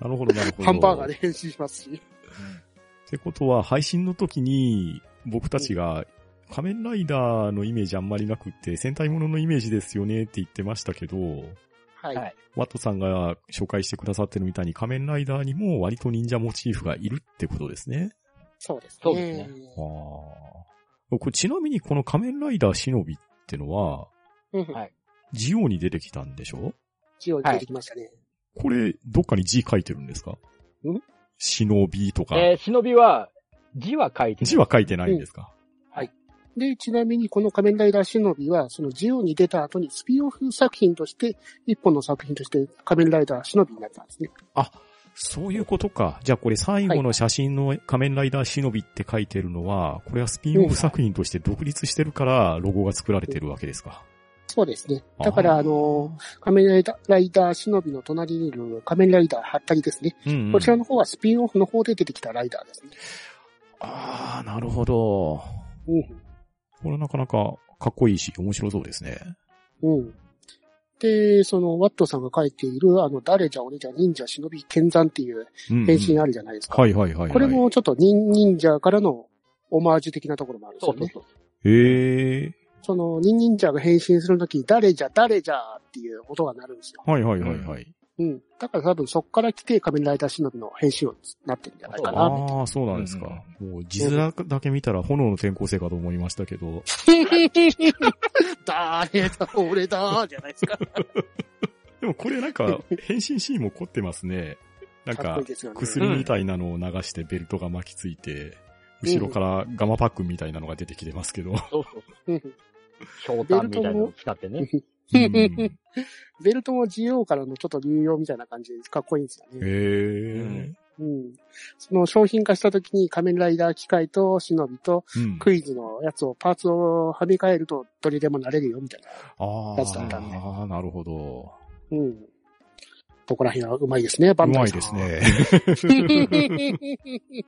Speaker 2: なるほど、なるほど。
Speaker 3: ハンバーガーで。変身しますし。
Speaker 2: ってことは、配信の時に、僕たちが、仮面ライダーのイメージあんまりなくて、戦隊もののイメージですよねって言ってましたけど、
Speaker 3: はい。
Speaker 1: はい
Speaker 2: ワットさんが紹介してくださってるみたいに仮面ライダーにも割と忍者モチーフがいるってことですね。
Speaker 3: そうですね。
Speaker 1: そうですね
Speaker 2: ああ。これちなみにこの仮面ライダー忍びってのは、
Speaker 3: うん
Speaker 1: はい
Speaker 2: ジオに出てきたんでしょ
Speaker 3: 字を出てきましたね。
Speaker 2: これ、どっかに字書いてるんですか
Speaker 3: ん
Speaker 2: 忍びとか
Speaker 1: そう。。えー、忍びは、字は書いてない
Speaker 2: 字は書いてないんですか、
Speaker 3: で、ちなみにこの仮面ライダー忍びは、そのジオに出た後にスピンオフ作品として、一本の作品として仮面ライダー忍びになったんですね。
Speaker 2: そういうことか。じゃあこれ最後の写真の仮面ライダー忍びって書いてるのは、これはスピンオフ作品として独立してるから、ロゴが作られてるわけですか。
Speaker 3: そうですね。だから、あの、仮面ライダーライダー忍びの隣にいる仮面ライダーハッタリですね。
Speaker 2: ー、うんうん
Speaker 3: こちらの方はスピンオフの方で出てきたライダーですね。
Speaker 2: ああ、なるほど。
Speaker 3: うん。
Speaker 2: これなかなかかっこいいし、面白そうですね。
Speaker 3: うん。で、その、ワットさんが書いている、あの、誰じゃ俺じゃ忍者忍び剣山っていう
Speaker 2: うんうん
Speaker 3: 変身あるじゃないですか。
Speaker 2: はいはいはい、はい。
Speaker 3: これ。もちょっと忍忍者からのオマージュ的なところもあるんです
Speaker 1: そ
Speaker 3: よ
Speaker 1: うそう
Speaker 3: ね。
Speaker 1: そう。
Speaker 2: へえ。
Speaker 3: その、忍忍者が変身するとき、誰じゃ誰じゃっていう音が鳴るんですよ。
Speaker 2: はいはいはいはい。
Speaker 3: うん。だから多分そこから来て仮面ライダー忍びの変身音になってるんじゃないかな。
Speaker 2: ああ、そうなんですか。もう、地図だけ見たら炎の転校生かと思いましたけど。
Speaker 3: 誰だ俺だじゃないですか。
Speaker 2: でもこれなんか、変身シーンも凝ってますね。なん
Speaker 3: かっ
Speaker 2: か
Speaker 3: こいい、ですよね。
Speaker 2: 薬みたいなのを流してベルトが巻きついて、後ろからガマパックンみたいなのが出てきてますけど。
Speaker 1: そうそう
Speaker 3: うん
Speaker 1: そう。ひょうたんみたいなのを使ってね。
Speaker 2: う
Speaker 3: うんん
Speaker 2: へ
Speaker 3: ベルトも GO からのちょっと流用みたいな感じでかっこいいんですよね。
Speaker 2: え。
Speaker 3: うん。その商品化した時に仮面ライダー機械と忍びと
Speaker 2: うん
Speaker 3: クイズのやつをパーツをはみ替えるとどれでもなれるよみたい
Speaker 2: あ
Speaker 3: やつだったんで
Speaker 2: あ、なるほど。
Speaker 3: な。うん。ここら辺はうまいですね、バ
Speaker 2: う
Speaker 3: ンダ
Speaker 2: まい
Speaker 3: イさん
Speaker 2: ですね。
Speaker 3: は。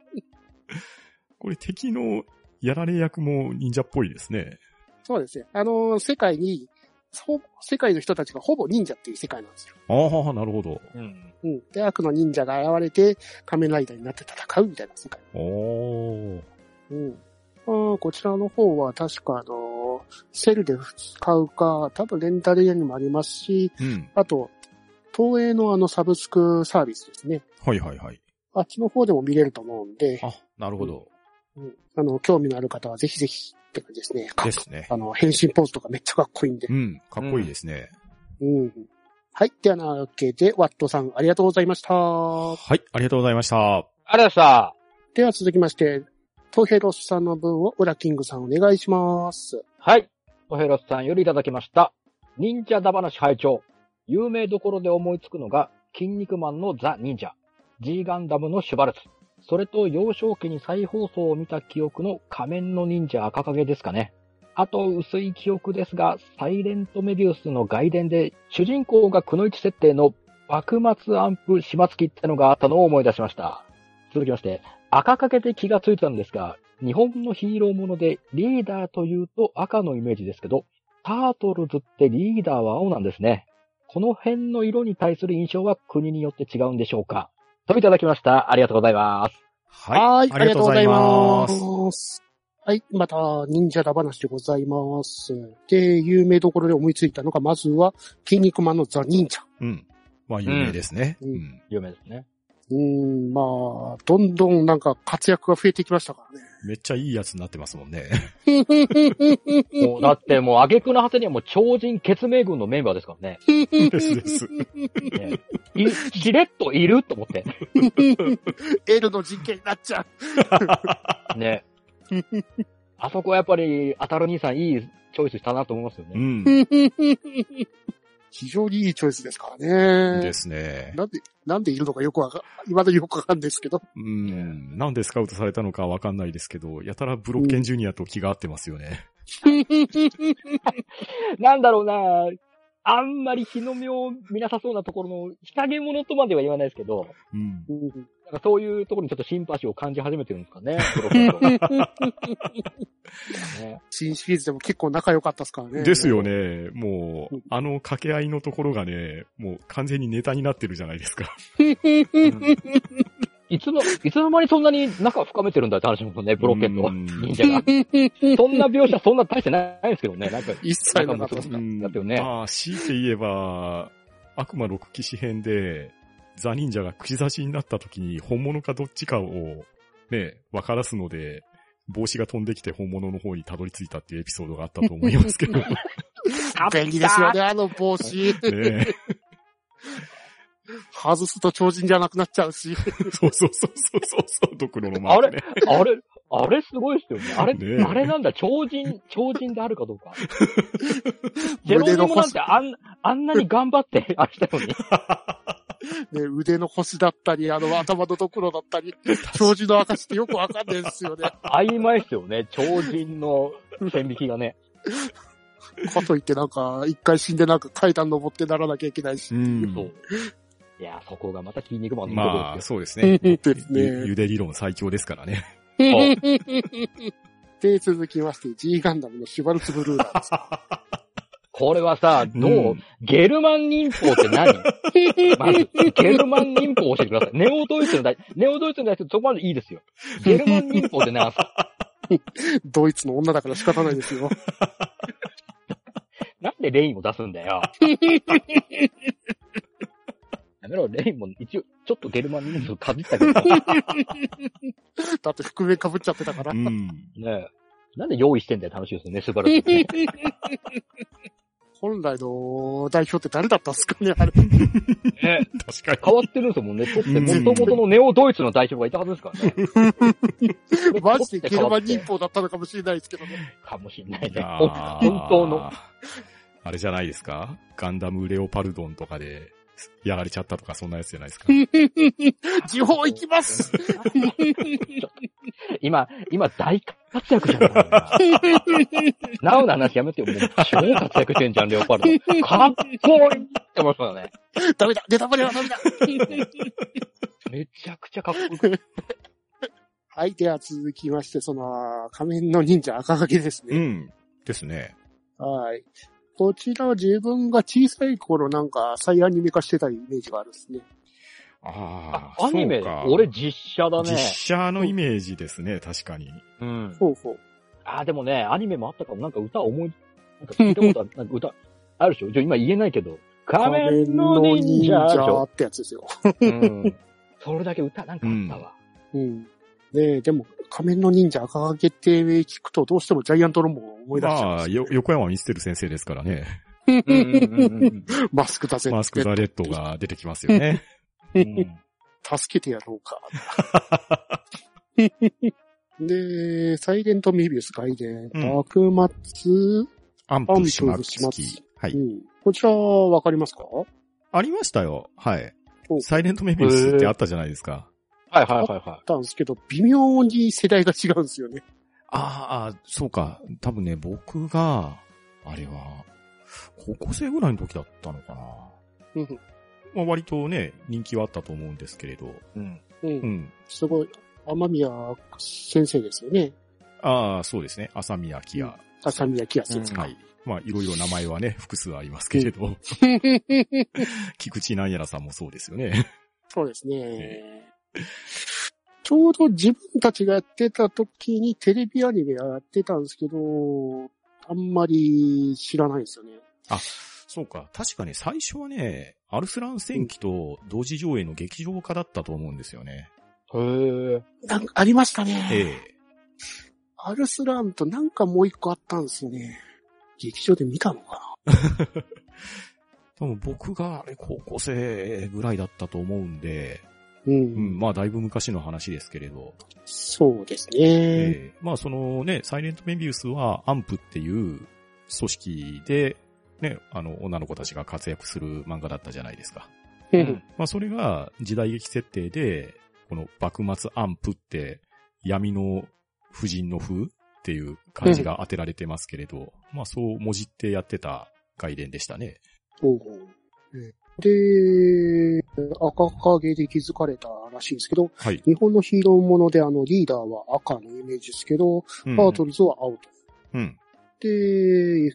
Speaker 2: これ敵のやられ役も忍者っぽいですね。
Speaker 3: そうですね。あの、世界に、ほ世界の人たちがほぼ忍者っていう世界なんですよ。
Speaker 2: ああ、なるほど。
Speaker 1: うん。
Speaker 3: うん。で、悪の忍者が現れて仮面ライダーになって戦うみたいな世界。
Speaker 2: おー。
Speaker 3: うん。ああこちらの方は確かあの、セルで使うか、多分レンタル屋にもありますし、
Speaker 2: うん。
Speaker 3: あと、東映のあのサブスクサービスですね。
Speaker 2: はいはいはい。
Speaker 3: あっちの方でも見れると思うんで、
Speaker 2: あ、なるほど。
Speaker 3: うんあの、興味のある方はぜひぜひって感じですね。か
Speaker 2: ですね
Speaker 3: あ。の、変身ポーズとかめっちゃかっこいいんで
Speaker 2: う。ん。かっこいいですね。
Speaker 3: うん。はい。ではなわけで、ワットさんありがとうございました。
Speaker 2: はい。ありがとうございました。
Speaker 1: ありがとうございました。
Speaker 3: では続きまして、トヘロスさんの分をウラキングさんお願いします。
Speaker 1: はい。トヘロスさんよりいただきました。忍者だ話拝聴有名どころで思いつくのが、筋肉マンのザ・忍者、G ガンダムのシュバルツ、それと幼少期に再放送を見た記憶の仮面の忍者赤影ですかね。あと、薄い記憶ですが、サイレントメディウスの外伝で、主人公がくのいち設定の幕末アンプ島付きってのがあったのを思い出しました。続きまして、赤影で気がついたんですが、日本のヒーローものでリーダーというと赤のイメージですけど、タートルズってリーダーは青なんですね。この辺の色に対する印象は国によって違うんでしょうかといただきました。ありがとうございます。
Speaker 2: はい。ありがとうございます。
Speaker 3: す。はい。また、忍者だ話でございます。で、有名どころで思いついたのが、まずは、筋肉マンのザ・忍者。
Speaker 2: うん。まあ、有名ですね。う。
Speaker 3: うんん
Speaker 1: 有名ですね。
Speaker 3: うーん、まあ、どんどんなんか活躍が増えてきましたからね。
Speaker 2: めっちゃいいやつになってますもんね。
Speaker 1: もうだってもう、挙句の果てにはもう超人決命軍のメンバーですからね。
Speaker 2: ですです。
Speaker 1: ねいしれっといると思って。
Speaker 3: L の人権になっちゃう。
Speaker 1: ね。あそこはやっぱり、当たる兄さんいいチョイスしたなと思いますよ
Speaker 2: う
Speaker 1: ね。
Speaker 2: ん。
Speaker 3: 非常にいいチョイスですからね。
Speaker 2: ですね。
Speaker 3: なんで、なんでいるのかよくわか、まだによくわかんないですけど。
Speaker 2: うん。なんでスカウトされたのかわかんないですけど、やたらブロッケンジュニアと気が合ってますよね。
Speaker 1: なんだろうなあんまり日の目を見なさそうなところの、日陰者とまでは言わないですけど、
Speaker 2: うん。
Speaker 3: うん
Speaker 1: なんかそういうところにちょっとシンパシーを感じ始めてるんですかね、プロフェッショナル ね
Speaker 3: 新シリーズでも結構仲良かったですからね。
Speaker 2: です よね。も
Speaker 3: う、
Speaker 2: うんあの掛け合いのところがね、もう完全にネタになってるじゃないですか。
Speaker 1: いつの、いつの間にそんなに仲を深めてるんだって話もね、ブロッケン
Speaker 2: う
Speaker 1: と
Speaker 2: ん
Speaker 1: 忍者が。そんな描写そんな大してないですけどね、なんか。
Speaker 3: 一切なかったです
Speaker 1: う。んだってね
Speaker 2: まあ、強いて言えば、悪魔六騎士編で、ザ忍者が口差しになった時に本物かどっちかを、ね、分からすので、帽子が飛んできて本物の方にたどり着いたっていうエピソードがあったと思いますけど、ね
Speaker 3: 便利ですよね、あの帽子。外すと超人じゃなくなっちゃうし。
Speaker 2: そうそうそうそうそうそう、ドクロのマ
Speaker 1: あ
Speaker 2: ーク
Speaker 1: れ
Speaker 2: ね。、
Speaker 1: あれ、あれすごいですよね。あれ、
Speaker 2: ねえ
Speaker 1: あれなんだ、超人、超人であるかど うか。ジェロ
Speaker 3: 胸
Speaker 1: ニ
Speaker 3: の
Speaker 1: モなん
Speaker 3: 星、
Speaker 1: て
Speaker 3: ね、
Speaker 1: あん、あんなに頑張って、 あれしたのに。
Speaker 3: 腕の星だったり、あの頭のところだったり、超人の証ってよくわかんないですよね。
Speaker 1: 曖昧ですよね、超人の線引きがね。
Speaker 3: かといってなんか、一回死んでなんか階段登ってならなきゃいけないし。
Speaker 2: うん
Speaker 1: そう。いや、そこがまた筋肉マンのとこ
Speaker 2: ま
Speaker 1: ろ
Speaker 2: あ、
Speaker 1: です
Speaker 2: そうです
Speaker 3: うん
Speaker 2: ね。
Speaker 3: です ね
Speaker 2: ゆゆで理論最強ですからね。
Speaker 3: で、続きまして、G ガンダムのシュバルツブルーラーです。
Speaker 1: よ。これはさ、どう、
Speaker 2: ん
Speaker 1: ゲルマン忍法って 何まず、ゲルマン忍法を教えてください。ネオドイツの大、ネオドイツの大そこまでいい ですよ。ゲルマン忍法って何すか
Speaker 3: ドイツの女だから仕方ないですよ。
Speaker 1: なんでレインを出すんだよ。やめろ、レインも一応、ちょっとゲルマン忍法かじったけど、ね
Speaker 3: だって覆面被っちゃってたから
Speaker 2: う。ん。
Speaker 1: えなんで用意してんだよ、楽しいですよね、素晴らしい、ね。
Speaker 3: 本来の代表って誰だったんですかね、あれ。
Speaker 1: ねえ
Speaker 2: 確か
Speaker 1: 変わってるんですもんね。取って、
Speaker 2: うん
Speaker 1: もともとのネオドイツの代表がいたはずですからね。
Speaker 3: マジでゲルマン忍
Speaker 1: 忍
Speaker 3: 法だったのかもしれないですけどね。
Speaker 1: かもしれない
Speaker 2: に。い
Speaker 1: ね。
Speaker 2: や
Speaker 1: ほん
Speaker 2: ー
Speaker 1: 本当の。。
Speaker 2: あれじゃないですかガンダムレオパルドンとかで、やられちゃったとか、そんなやつじゃないですか。
Speaker 3: 地方行きます
Speaker 1: 今、今大活躍じゃん。これな なおの話やめてよ。もう超活躍してんじゃん、レオパルド。かっこいいって思いましたね。
Speaker 3: ダメだネタバレはダメだ
Speaker 1: めちゃくちゃかっこいい。
Speaker 3: はい、では続きまして、その、仮面の忍者赤影です
Speaker 2: う
Speaker 3: ね。
Speaker 2: ん。ですね。
Speaker 3: はい。こちらは自分が小さい頃なんか再アニメ化してたイメージがあるんですね。
Speaker 2: あ
Speaker 1: あ
Speaker 2: あ、
Speaker 1: アニメ
Speaker 2: そうか、
Speaker 1: 俺実写だね
Speaker 2: 実。写のイメージですね、確かに。
Speaker 1: うん。
Speaker 3: ほうほう。
Speaker 1: あ、でもね、アニメもあったかも。なんか歌思い、なんか聞いたことある。なんか歌、あるでしょちょ今言えないけど、仮面の忍者
Speaker 3: 仮面の忍者ってやつですよ。
Speaker 1: うん。それだけ歌なんかあったわ。
Speaker 3: うん。ねえ、でも、仮面の忍者赤影って聞くとどうしてもジャイアントロンボを思い出しちゃうん
Speaker 2: まあ、
Speaker 3: ですよ
Speaker 2: よ、横山見捨てる先生ですからね。
Speaker 1: うんうんうん
Speaker 3: マスクだぜ。
Speaker 2: マスクダレットが出てきますよね。
Speaker 1: うんうん
Speaker 3: 助けてやろうか。で、サイレントミービウス外伝、
Speaker 2: うん
Speaker 3: 幕末、
Speaker 2: アンプしまき
Speaker 3: アンプし
Speaker 2: は
Speaker 3: う
Speaker 2: い。
Speaker 3: ん。こちらはわかりますか
Speaker 2: ありましたよ。はい
Speaker 3: お。
Speaker 2: サイレントメビウスってあったじゃないですか。
Speaker 1: はいはいはいは
Speaker 3: たんですけど、微妙に世代が違うんですよね。
Speaker 2: あーあー、そうか。多分ね、僕が、あれは、高校生ぐらいの時だったのかな。
Speaker 3: うん。
Speaker 2: まあ、割とね、人気はあったと思うんですけれど。
Speaker 1: い。うん。
Speaker 3: う。
Speaker 2: うんん。
Speaker 3: すごい、天宮先生ですよね。
Speaker 2: ああ、そうですね。浅見明也。
Speaker 3: うん浅宮清先生。
Speaker 2: はい。まあ、いろいろ名前 はね、複数ありますけれど。 菊池なんやらさんもそうですよね。
Speaker 3: そうですね。ちょうど自分たちがやってた時にテレビアニメやってたんですけど、あんまり知らないですよね。
Speaker 2: そうか。確かね、最初はね、アルスラン戦記と同時上映の劇場化だったと思うんですよね。
Speaker 1: へえ。
Speaker 3: なんかありました
Speaker 2: え
Speaker 3: ね。
Speaker 2: え。
Speaker 3: アルスランとなんかもう一個あったんですよね。劇場で見たのか
Speaker 2: 多分僕があれ高校生ぐらいだったと思うんで、
Speaker 3: なうん。
Speaker 2: うん、まあだいぶ昔の話ですけれど、
Speaker 3: そうですね。
Speaker 2: ええまあそのね、サイレントメビウスはアンプっていう組織で、ね、あの女の子たちが活躍する漫画だったじゃないですか。
Speaker 1: う
Speaker 3: うん
Speaker 1: ん。
Speaker 2: まあそれが時代劇設定で、この幕末アンプって闇の婦人の風っていう漢字が当てられてますけれど、まあそう文字ってやってた概念でしたね。
Speaker 3: ほうほううんで、赤影で気づかれたらしいんですけど、
Speaker 2: はい。
Speaker 3: 日本のヒーローものであのリーダーは赤のイメージですけど、
Speaker 2: うん
Speaker 3: タートルズは青と。
Speaker 2: うん。
Speaker 3: で、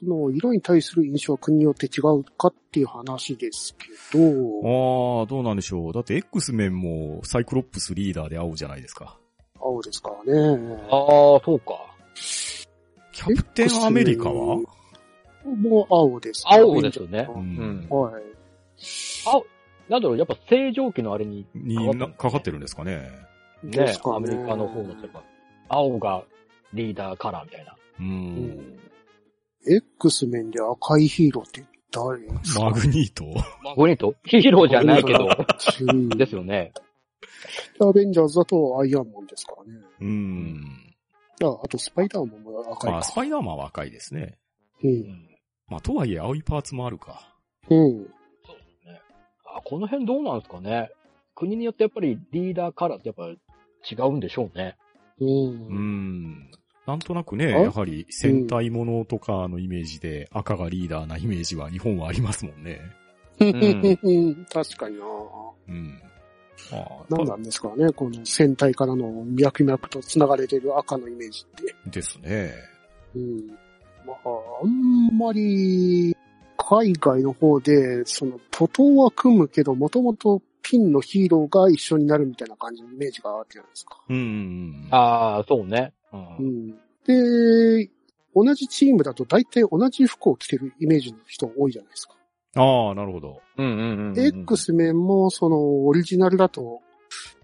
Speaker 3: その色に対する印象は国によって違うかっていう話ですけど、
Speaker 2: ああ、どうなんでしょう。だって X メンもサイクロップスリーダーで青じゃないですか。
Speaker 3: 青ですからね。
Speaker 1: ああ、そうか。
Speaker 2: キャプテンアメリカは
Speaker 3: X もう青です、
Speaker 1: 青ですよね。
Speaker 2: う
Speaker 1: うんん。
Speaker 3: はい。
Speaker 1: 青、なんだろう、やっぱ正常期のあれに、
Speaker 2: になかかってるんですかね。
Speaker 1: ね
Speaker 3: です、か
Speaker 1: ア
Speaker 3: ね
Speaker 1: メリカの方だとやっぱ、青がリーダーカラーみたいな。
Speaker 2: う。
Speaker 3: うんん。X 面で赤いヒーローって誰
Speaker 2: マグニート。
Speaker 1: まあ、これとヒーローじゃないけど、
Speaker 3: うん
Speaker 1: ですよね。
Speaker 3: アベンジャーズだとアイアンマンですからね。
Speaker 2: うん。
Speaker 3: ああとスパイダーマンも赤い
Speaker 2: まあ、
Speaker 3: か
Speaker 2: ス。パイダーマンは赤いですね。
Speaker 3: う。
Speaker 1: うんん。
Speaker 2: まあ、とはいえ青いパーツもあるか。
Speaker 3: うん。
Speaker 1: そうですね。あ、この辺どうなんですかね。国によってやっぱりリーダーカラーってやっぱ違うんでしょうね。
Speaker 3: うん。
Speaker 2: うん。なんとなくね、
Speaker 3: あ
Speaker 2: やはり戦隊ものとかのイメージで赤がリーダーなイメージは日本はありますもんね。
Speaker 3: うん、確かにな。
Speaker 2: うん。まあ、
Speaker 3: 何なんですかね、この戦隊からの脈々と繋がれてる赤のイメージって。
Speaker 2: ですね。
Speaker 3: うん。まあ、あんまり、海外の方で、その、徒党は組むけど、もともとピンのヒーローが一緒になるみたいな感じのイメージがあるじゃないですか。
Speaker 2: うんうんうん。
Speaker 1: ああ、そうね。う。
Speaker 3: うんん。で、同じチームだと大体同じ服を着てるイメージの人多いじゃないですか。
Speaker 2: ああ、なるほど。
Speaker 1: うんうんうんうん。
Speaker 3: X 面も、その、オリジナルだと、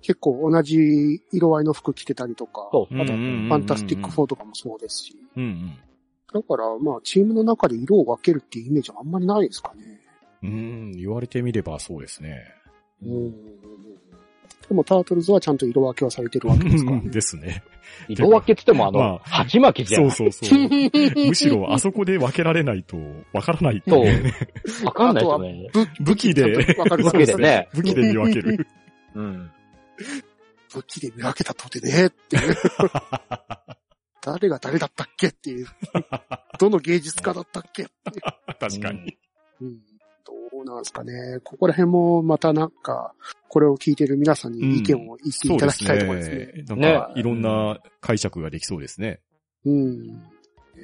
Speaker 3: 結構同じ色合いの服着てたりとか、
Speaker 1: そう。
Speaker 3: あと、
Speaker 2: うんうんうんうん
Speaker 3: ファンタスティック4とかもそうですし。
Speaker 2: うんうん。
Speaker 3: だから、まあ、チームの中で色を分けるっていうイメージはあんまりないですかね。
Speaker 2: うーん、言われてみればそうですね。
Speaker 3: うん。でも、タートルズはちゃんと色分けはされてるわけですからね。
Speaker 2: ですね。
Speaker 1: 色分けって言ってもあの、
Speaker 2: まあ
Speaker 1: 鉢巻きじゃ
Speaker 2: そ
Speaker 1: ん。
Speaker 2: うそう そう。むしろあ
Speaker 3: そ
Speaker 2: そこで分けられないとわからないって
Speaker 1: そ
Speaker 2: いうね。
Speaker 1: う。わかんないですよね。
Speaker 2: 武器で、
Speaker 3: 分かる
Speaker 1: 武器でね。
Speaker 2: 武器で見分ける。
Speaker 1: うん。
Speaker 3: 武器で見分けたとてね、っていう。誰が誰だったっけっていう。どの芸術家だったっけ
Speaker 2: 確かに。
Speaker 3: うんどうなんですかね。ここら辺もまたなんか、これを聞いてる皆さんに意見を言って
Speaker 2: そ
Speaker 3: いう
Speaker 2: で
Speaker 3: ただ
Speaker 2: す
Speaker 3: きたいところですね。
Speaker 2: ね。なん
Speaker 1: ね
Speaker 2: か、いろんな解釈ができそうですね。
Speaker 3: うん。えー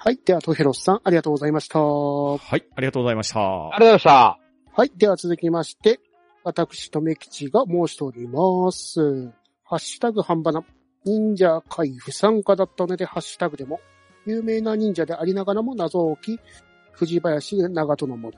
Speaker 3: はい。では、トヘロスさん、ありがとうございました。は
Speaker 2: はい、ありがとうございました。
Speaker 1: ありがとうございました。
Speaker 3: い。では、続きまして、私、とめきちが申しております。ハッシュタグ半ばな。忍者会不参加だったので、ハッシュタグでも、有名な忍者でありながらも謎を置き、藤林長門の森、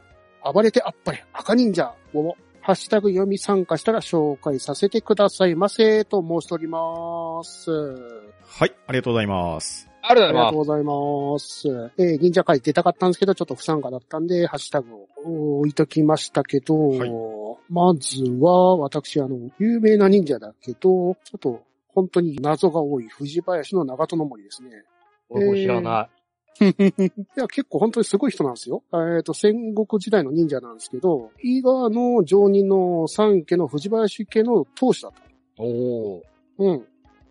Speaker 3: 暴れてあっぱれ、赤忍者を、ハッシュタグ読み参加したら紹介させてくださいませ、と申しております。
Speaker 2: はい、ありがとうございます。
Speaker 1: あり
Speaker 3: あ
Speaker 1: がとうご
Speaker 3: りが
Speaker 1: ざ
Speaker 3: と
Speaker 1: いうま
Speaker 3: ございます。えー忍者会出たかったんですけど、ちょっと不参加だったんで、ハッシュタグを置いときましたけど、
Speaker 2: はい
Speaker 3: まずは、私、あの、有名な忍者だけど、ちょっと、本当に謎が多い藤林の長友森ですね。
Speaker 1: す。俺も知らない。
Speaker 3: いや、結構本当にすごい人なんですよ。えっ、と、戦国時代の忍者なんですけど、伊賀の上人の三家の藤林家の当主だった。
Speaker 1: おー。
Speaker 3: うん。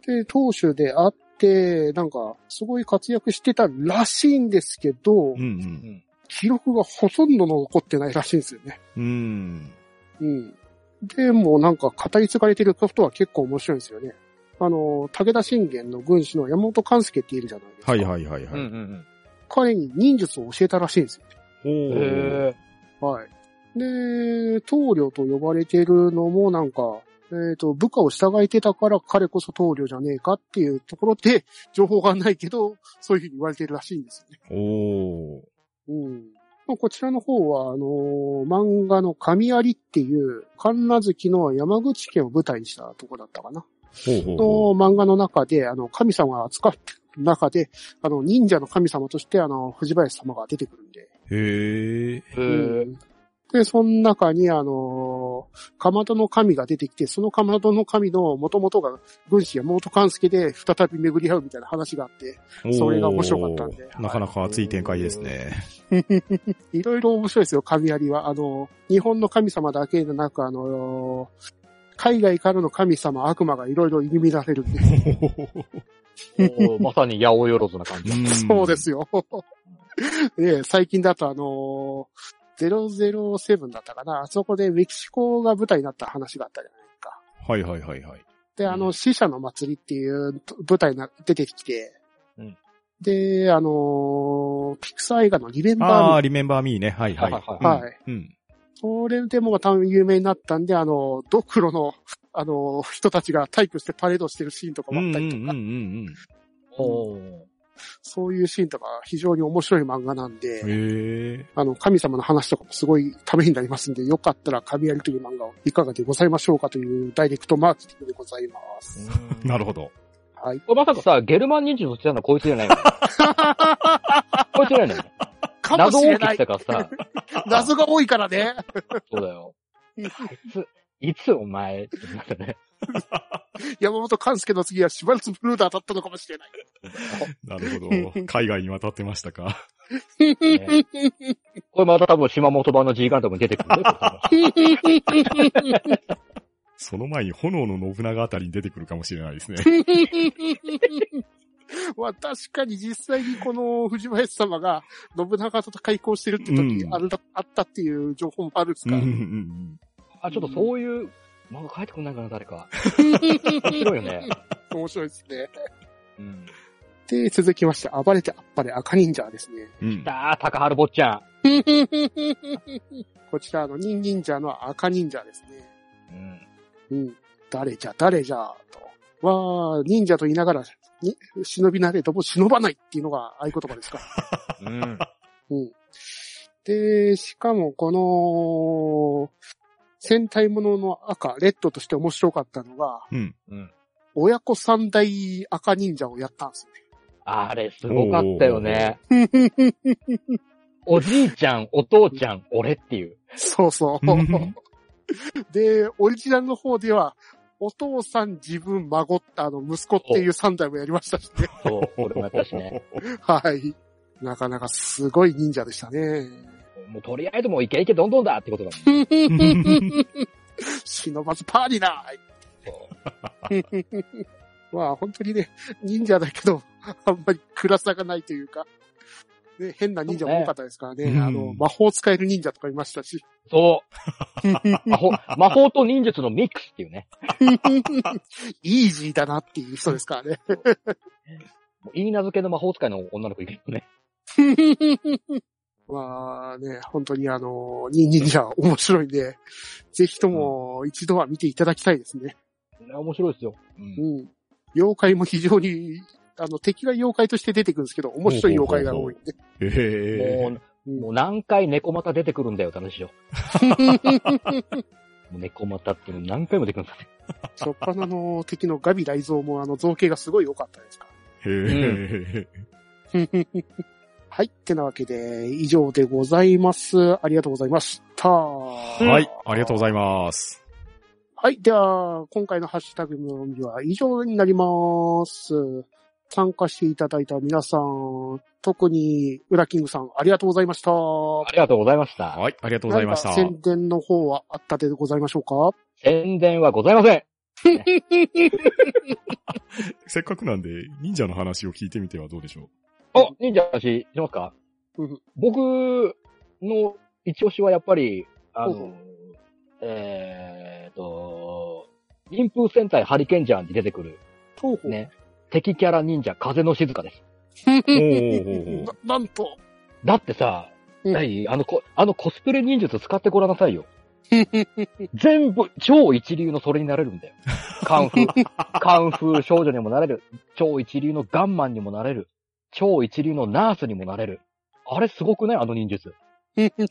Speaker 3: で、当主であって、なんか、すごい活躍してたらしいんですけど、
Speaker 2: うんうん。
Speaker 3: 記録がほとんど残ってないらしいんですよね。
Speaker 2: うん。
Speaker 3: うん。でもなんか語り継がれてることは結構面白いんですよね。あの、武田信玄の軍師の山本勘介っているじゃないですか。
Speaker 2: はいはいはいは
Speaker 1: うん
Speaker 2: い。
Speaker 1: うん
Speaker 3: 彼に忍術を教えたらしいんですよ。
Speaker 2: お
Speaker 1: うん。
Speaker 2: ー。
Speaker 1: へ
Speaker 3: はい。で、棟梁と呼ばれてるのもなんか、えっ、と、部下を従えてたから彼こそ棟梁じゃねえかっていうところで、情報がないけど、そういうふうに言われてるらしいんですよね。
Speaker 2: おー。
Speaker 3: うん。まあ、こちらの方は、あのー漫画の神有っていう、神奈月の山口県を舞台にしたとこだったかな。
Speaker 2: ほうほう
Speaker 3: の
Speaker 2: ほう。
Speaker 3: 漫画の中で、あの、神様が扱ってる中で、あの、忍者の神様として、あの、藤林様が出てくるんで、
Speaker 2: へえ。
Speaker 1: え。へえ。
Speaker 3: で、その中に、あのーかまどの神が出てきて、そのかまどの神の元々が軍師や元勘助で再び巡り合うみたいな話があって、それが面白かったんで
Speaker 2: おーなかなか熱い展開ですね。
Speaker 3: いろいろ面白いですよ、神有は。あのー日本の神様だけでなく、あのー海外からの神様、悪魔がいろいろ入り乱れるんで。
Speaker 1: おーまさに八百万な感じ。
Speaker 3: そうで
Speaker 2: よ。
Speaker 3: すよ。 ねえ最近だとあのー、007だったかな。あそこでメキシコが舞台になった話があったじゃないですか。
Speaker 2: はいはいはいはい。
Speaker 3: で、あの、死者の祭りっていう舞台が出てきて、
Speaker 1: うん
Speaker 3: で、あのーピクサー映画のリベン
Speaker 2: あ
Speaker 3: バー
Speaker 2: ー、リメンバーミーね。はいはい。
Speaker 1: はいは
Speaker 3: ミー、はい。
Speaker 2: い。うん。
Speaker 3: それでも多分有名になったんで、あの、ドクロの、あの、人たちが体育してパレードしてるシーンとか
Speaker 2: うん
Speaker 3: もあっ
Speaker 2: うん
Speaker 3: た
Speaker 2: う
Speaker 3: り
Speaker 2: ん
Speaker 3: とか、
Speaker 2: うん
Speaker 1: おー。
Speaker 3: そういうシーンとか非常に面白い漫画なんで、
Speaker 2: うん。へえ。
Speaker 3: あの、神様の話とかもすごいためになりますんで、よかったら神槍という漫画をいかがでございましょうかというダイレクトマーケティングでございます。
Speaker 2: なるほど。
Speaker 3: はい。
Speaker 1: これまさかさ、ゲルマン忍術ってたのはこいつじゃない のこいつじゃないの
Speaker 3: かも
Speaker 1: 謎
Speaker 3: し
Speaker 1: 多
Speaker 3: れ
Speaker 1: き
Speaker 3: ない
Speaker 1: した。からさ、
Speaker 3: 謎が多いからね。
Speaker 1: そうだよ。いつ、いつお前、ってなった ね。
Speaker 3: 山本勘介の次はシュバルツブルーダーだったのかもしれない。
Speaker 2: なるほ ど。海外に渡ってましたか。
Speaker 1: ねこれまた多分島本版の G ガンダムに出てくるね。これ多分
Speaker 2: その前に炎の信長あたりに出てくるかもしれないですね。
Speaker 3: まあ確かに実際にこの藤林様が信長と開口してるって時、
Speaker 2: うん
Speaker 3: あるだあったっていう情報もあるんです
Speaker 2: うん
Speaker 3: か
Speaker 2: う
Speaker 3: ら。
Speaker 2: んうん
Speaker 1: あ、ちょっとそういう、漫画書いてこないかな、誰か。面白いよね。
Speaker 3: 面白いですね。
Speaker 1: うん。
Speaker 3: で、続きまして、暴れてあっぱれ赤忍者ですね。
Speaker 2: うん。
Speaker 1: だー、高原坊ちゃん。
Speaker 3: こちらの忍忍者の赤忍者ですね。
Speaker 1: うん。
Speaker 3: うん。誰じゃ、誰じゃ、と。は、忍者と言いながら、に忍びなれども忍ばないっていうのが合言葉ですか。
Speaker 1: うん。
Speaker 3: うん。で、しかもこの、戦隊ものの赤、レッドとして面白かったのが、
Speaker 2: うん。
Speaker 1: うん。
Speaker 3: 親子三大赤忍者をやったんですよね。
Speaker 1: あれ、すごかったよね。おじいちゃん、お父ちゃん、俺っていう。
Speaker 3: そうそう
Speaker 2: うん。
Speaker 3: で、オリジナルの方では、お父さん、自分、孫、あの、息子っていう三代もやりましたしね。
Speaker 1: そう、俺もやったしね。
Speaker 3: はい。なかなかすごい忍者でした ね。
Speaker 1: もうとりあえずもうイケイケどんどんだってことだ
Speaker 3: 忍ばずパーリだ まあ本当にね、忍者だけど、あんまり暗さがないというか、ね、変な忍者も多かったですからね。
Speaker 2: そうね
Speaker 3: あ
Speaker 2: う
Speaker 3: の、
Speaker 2: ん
Speaker 3: 魔法使える忍者とかいまし た し。
Speaker 1: もん。そう。魔法、魔法と忍術のミックスっていうね。
Speaker 3: イージーだなっていう人ですからね。
Speaker 1: もういい名付けの魔法使いの女の子いるよね。
Speaker 3: まあね、本当にあの、忍忍者面白いんで、ぜひとも一度は見ていただきたいですね。
Speaker 1: 面白いですよ。う。
Speaker 3: うんん。妖怪も非常に、あの、敵が妖怪として出てくるんですけど、面白い妖怪が多いんで。
Speaker 2: へえ。
Speaker 1: もう、
Speaker 3: うん
Speaker 1: もう何回猫また出てくるんだよ、楽しいよ。もう猫またっていうの何回も出てくるんだね。
Speaker 3: 初っ端の敵のガビ雷蔵もあの造形がすごい良かったですから。
Speaker 2: へえ。
Speaker 3: はい。ってなわけで、以上でございます。ありがとうございました。は
Speaker 2: はい、ありがとうございます。
Speaker 3: はい。では、今回のハッシュタグの読みは以上になります。参加していただいた皆さん、特に、ウラキングさん、ありがとうございました。
Speaker 1: ありがとうございました。
Speaker 2: はい、ありがとうございました。
Speaker 3: 何か宣伝の方はあったでございましょうか
Speaker 1: 宣伝はございません。
Speaker 2: せっかくなんで、忍者の話を聞いてみてはどうでし ょ
Speaker 1: お、忍者の話しますか
Speaker 3: うん
Speaker 1: 僕の一押しはやっぱり、あ
Speaker 3: ほうほ
Speaker 1: の、えーっと、陰風戦隊ハリケンジャーに出てくる、
Speaker 3: 東方。
Speaker 1: ね、敵キャラ忍者風の静かです。
Speaker 2: う。おー
Speaker 3: ななんと。
Speaker 1: だってさ、
Speaker 3: うん
Speaker 1: 何あのコ、あのコスプレ忍術使ってごらんなさ いよ。全部、超一流のそれになれるんだよ。カンフ ー、カンフー少女にもなれる。超一流のガンマンにもなれる。超一流のナースにもなれる。あれすごくないあの忍術。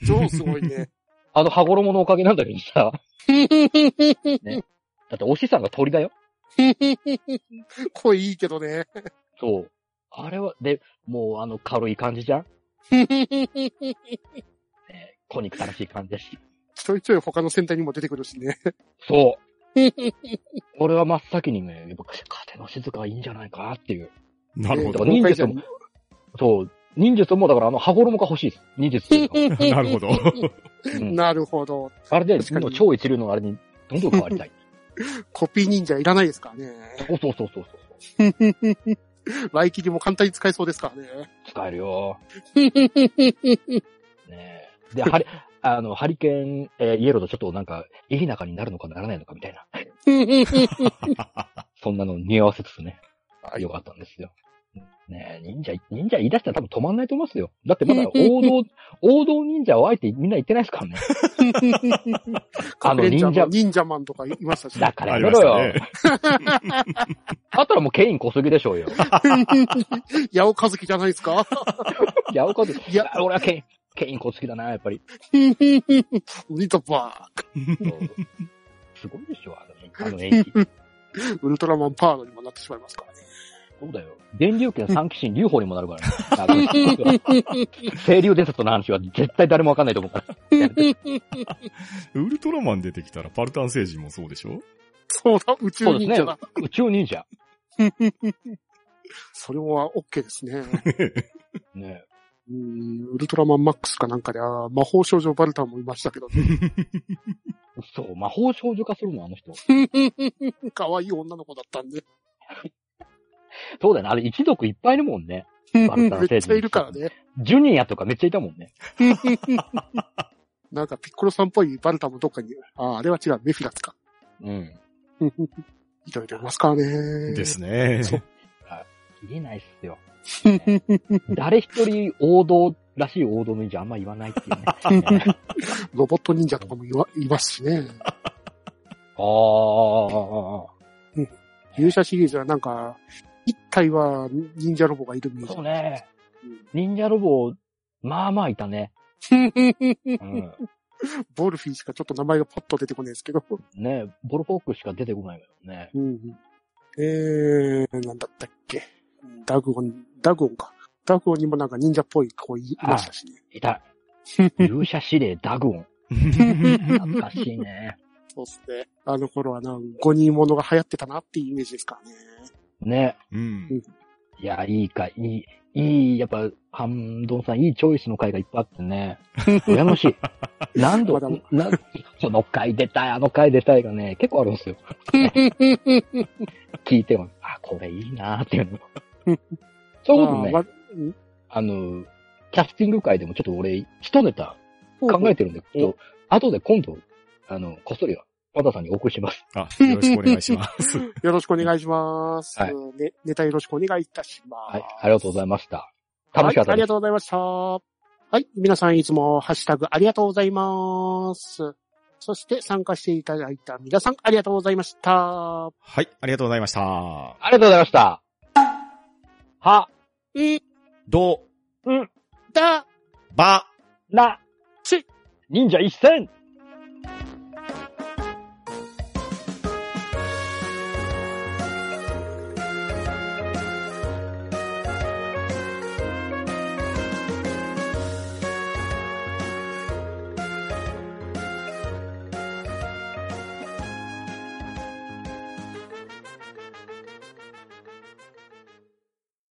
Speaker 3: 超すごいね。
Speaker 1: あの羽衣のおかげなんだけどさ。だってお師さんが鳥だよ。
Speaker 3: 声いいけどね。
Speaker 1: そう。あれは、で、もうあの軽い感じじゃん小肉楽しい感じだし。
Speaker 3: ちょいちょい他の戦隊にも出てくるしね。
Speaker 1: そう。俺は真っ先にね、やっぱ風の静かがいいんじゃないかっていう。
Speaker 2: なるほ
Speaker 1: だか
Speaker 2: ど
Speaker 1: ら。忍術も、そう。忍術もだからあの羽衣が欲しいです。忍術っていう か
Speaker 2: なるほど。
Speaker 1: うん
Speaker 3: なるほど。
Speaker 1: あれで、
Speaker 3: 確かに
Speaker 1: もう超一流のあれにどんどん変わりたい。
Speaker 3: コピー忍者いらないですからね。
Speaker 1: そうそうそうそうそう。
Speaker 3: 来切りも簡単に使えそうですからね。
Speaker 1: 使えるよ。 ねえ。で、ハリ、 あの、ハリケーン、えーイエローとちょっとなんか、いい仲になるのかならないのかみたいな。そんなのを匂わせつつね。
Speaker 3: はい
Speaker 1: よかったんですよ。ねえ、忍者、忍者言い出したら多分止まんないと思いますよ。だってまだ王道、王道忍者はあえてみんな言ってないですからね。あの忍者
Speaker 3: 忍者マンとかいましたし。
Speaker 1: だから
Speaker 2: あ
Speaker 1: や
Speaker 2: り
Speaker 1: め
Speaker 2: ま
Speaker 1: ろ
Speaker 2: した
Speaker 1: よ。
Speaker 2: ね。
Speaker 1: あったらもうケイン小杉でしょうよ。
Speaker 3: 八尾和樹じゃないですか
Speaker 1: いや、おかず。い
Speaker 3: いや
Speaker 1: や、俺はケイン、ケイン小杉だな、やっぱり。
Speaker 3: ウルトパ
Speaker 1: そうすごいでしょ、あのあの演技。
Speaker 3: ー、ウルトラマンパードにもなってしまいますからね。
Speaker 1: そうだよ。電流圏三騎士流法にもなるからね。 清流伝説の話は絶対誰もわかんないと思うから。 やめて
Speaker 2: ウルトラマン出てきたらパルタン星人もそうでしょ
Speaker 3: そうだ、宇宙
Speaker 1: そうです
Speaker 3: 忍
Speaker 1: ね
Speaker 3: 者だ。。
Speaker 1: 宇宙忍者。
Speaker 3: それは OK ですね。
Speaker 1: ね
Speaker 3: うんウルトラマンマックスかなんかで、あー魔法少女バルタンもいました けど、ね、
Speaker 1: そう、魔法少女化するの、あの人。
Speaker 3: 可愛い女の子だったんで。
Speaker 1: そうだよね。あれ一族いっぱいいるもんね。バルタン
Speaker 3: め
Speaker 1: 星人
Speaker 3: っちゃいるからね。
Speaker 1: ジュニアとかめっちゃいたもんね。
Speaker 3: なんかピッコロさんっぽいバルタンもどっかに、あーあれは違う、メフィラスか。
Speaker 1: うん。
Speaker 3: いろいろいますからね。
Speaker 2: ですね。
Speaker 3: そう
Speaker 1: 言えないっすよ。ね誰一人王道らしい王道の忍者あんま言わないって いうね。ね
Speaker 3: ロボット忍者とかもいわいますしね。
Speaker 1: ああ。
Speaker 3: 勇者シリーズはなんか、一体は忍者ロボがいるみたい
Speaker 1: そう
Speaker 3: な。
Speaker 1: ね。忍者ロボ、まあまあいたね。うん、
Speaker 3: ボルフィーしかちょっと名前がパッと出てこないですけど。
Speaker 1: ねボルフォークしか出てこないからね。
Speaker 3: うん、えー、なんだったっけ。ダグオン、ダグオンか。ダグオンにもなんか忍者っぽい子いましたしね。
Speaker 1: いた。勇者指令ダ グオン。懐かしいね。
Speaker 3: そうっすね。あの頃はな、五人ものが流行ってたなっていうイメージですからね。
Speaker 1: ね
Speaker 2: うん。
Speaker 1: いや、いいか、いい、いい、やっぱ、ハンドンさん、いいチョイスの回がいっぱいあってね。羨ま しい。何度
Speaker 3: まだ、
Speaker 1: な、その回出たい、あの回出たいがね、結構あるんですよ。聞いても、あ、これいいなーって いうの。 そういうことね、
Speaker 3: まあ
Speaker 1: あ、の、キャスティング回でもちょっと俺、一ネタ
Speaker 3: ま
Speaker 1: 考えてるんで、ちょっと、後で今度、あの、こっそり、和田さんにお送りします。
Speaker 2: あ、よろしくお願いします。
Speaker 3: よろしくお願いします。
Speaker 1: はい
Speaker 3: ね、ネタよろしくお願いいたします。
Speaker 1: はい、ありがとうございました。楽しかった
Speaker 3: はい。
Speaker 1: で
Speaker 3: ありが
Speaker 1: す。
Speaker 3: とうございました。はい。皆さんいつもハッシュタグありがとうございます。そして参加していただいた皆さんありがとうございました。
Speaker 2: はい、ありがとうございました。
Speaker 1: ありがとうございました。は、
Speaker 3: い
Speaker 2: ど、
Speaker 3: だ
Speaker 2: ば、
Speaker 1: ら、
Speaker 3: し
Speaker 1: 忍者一戦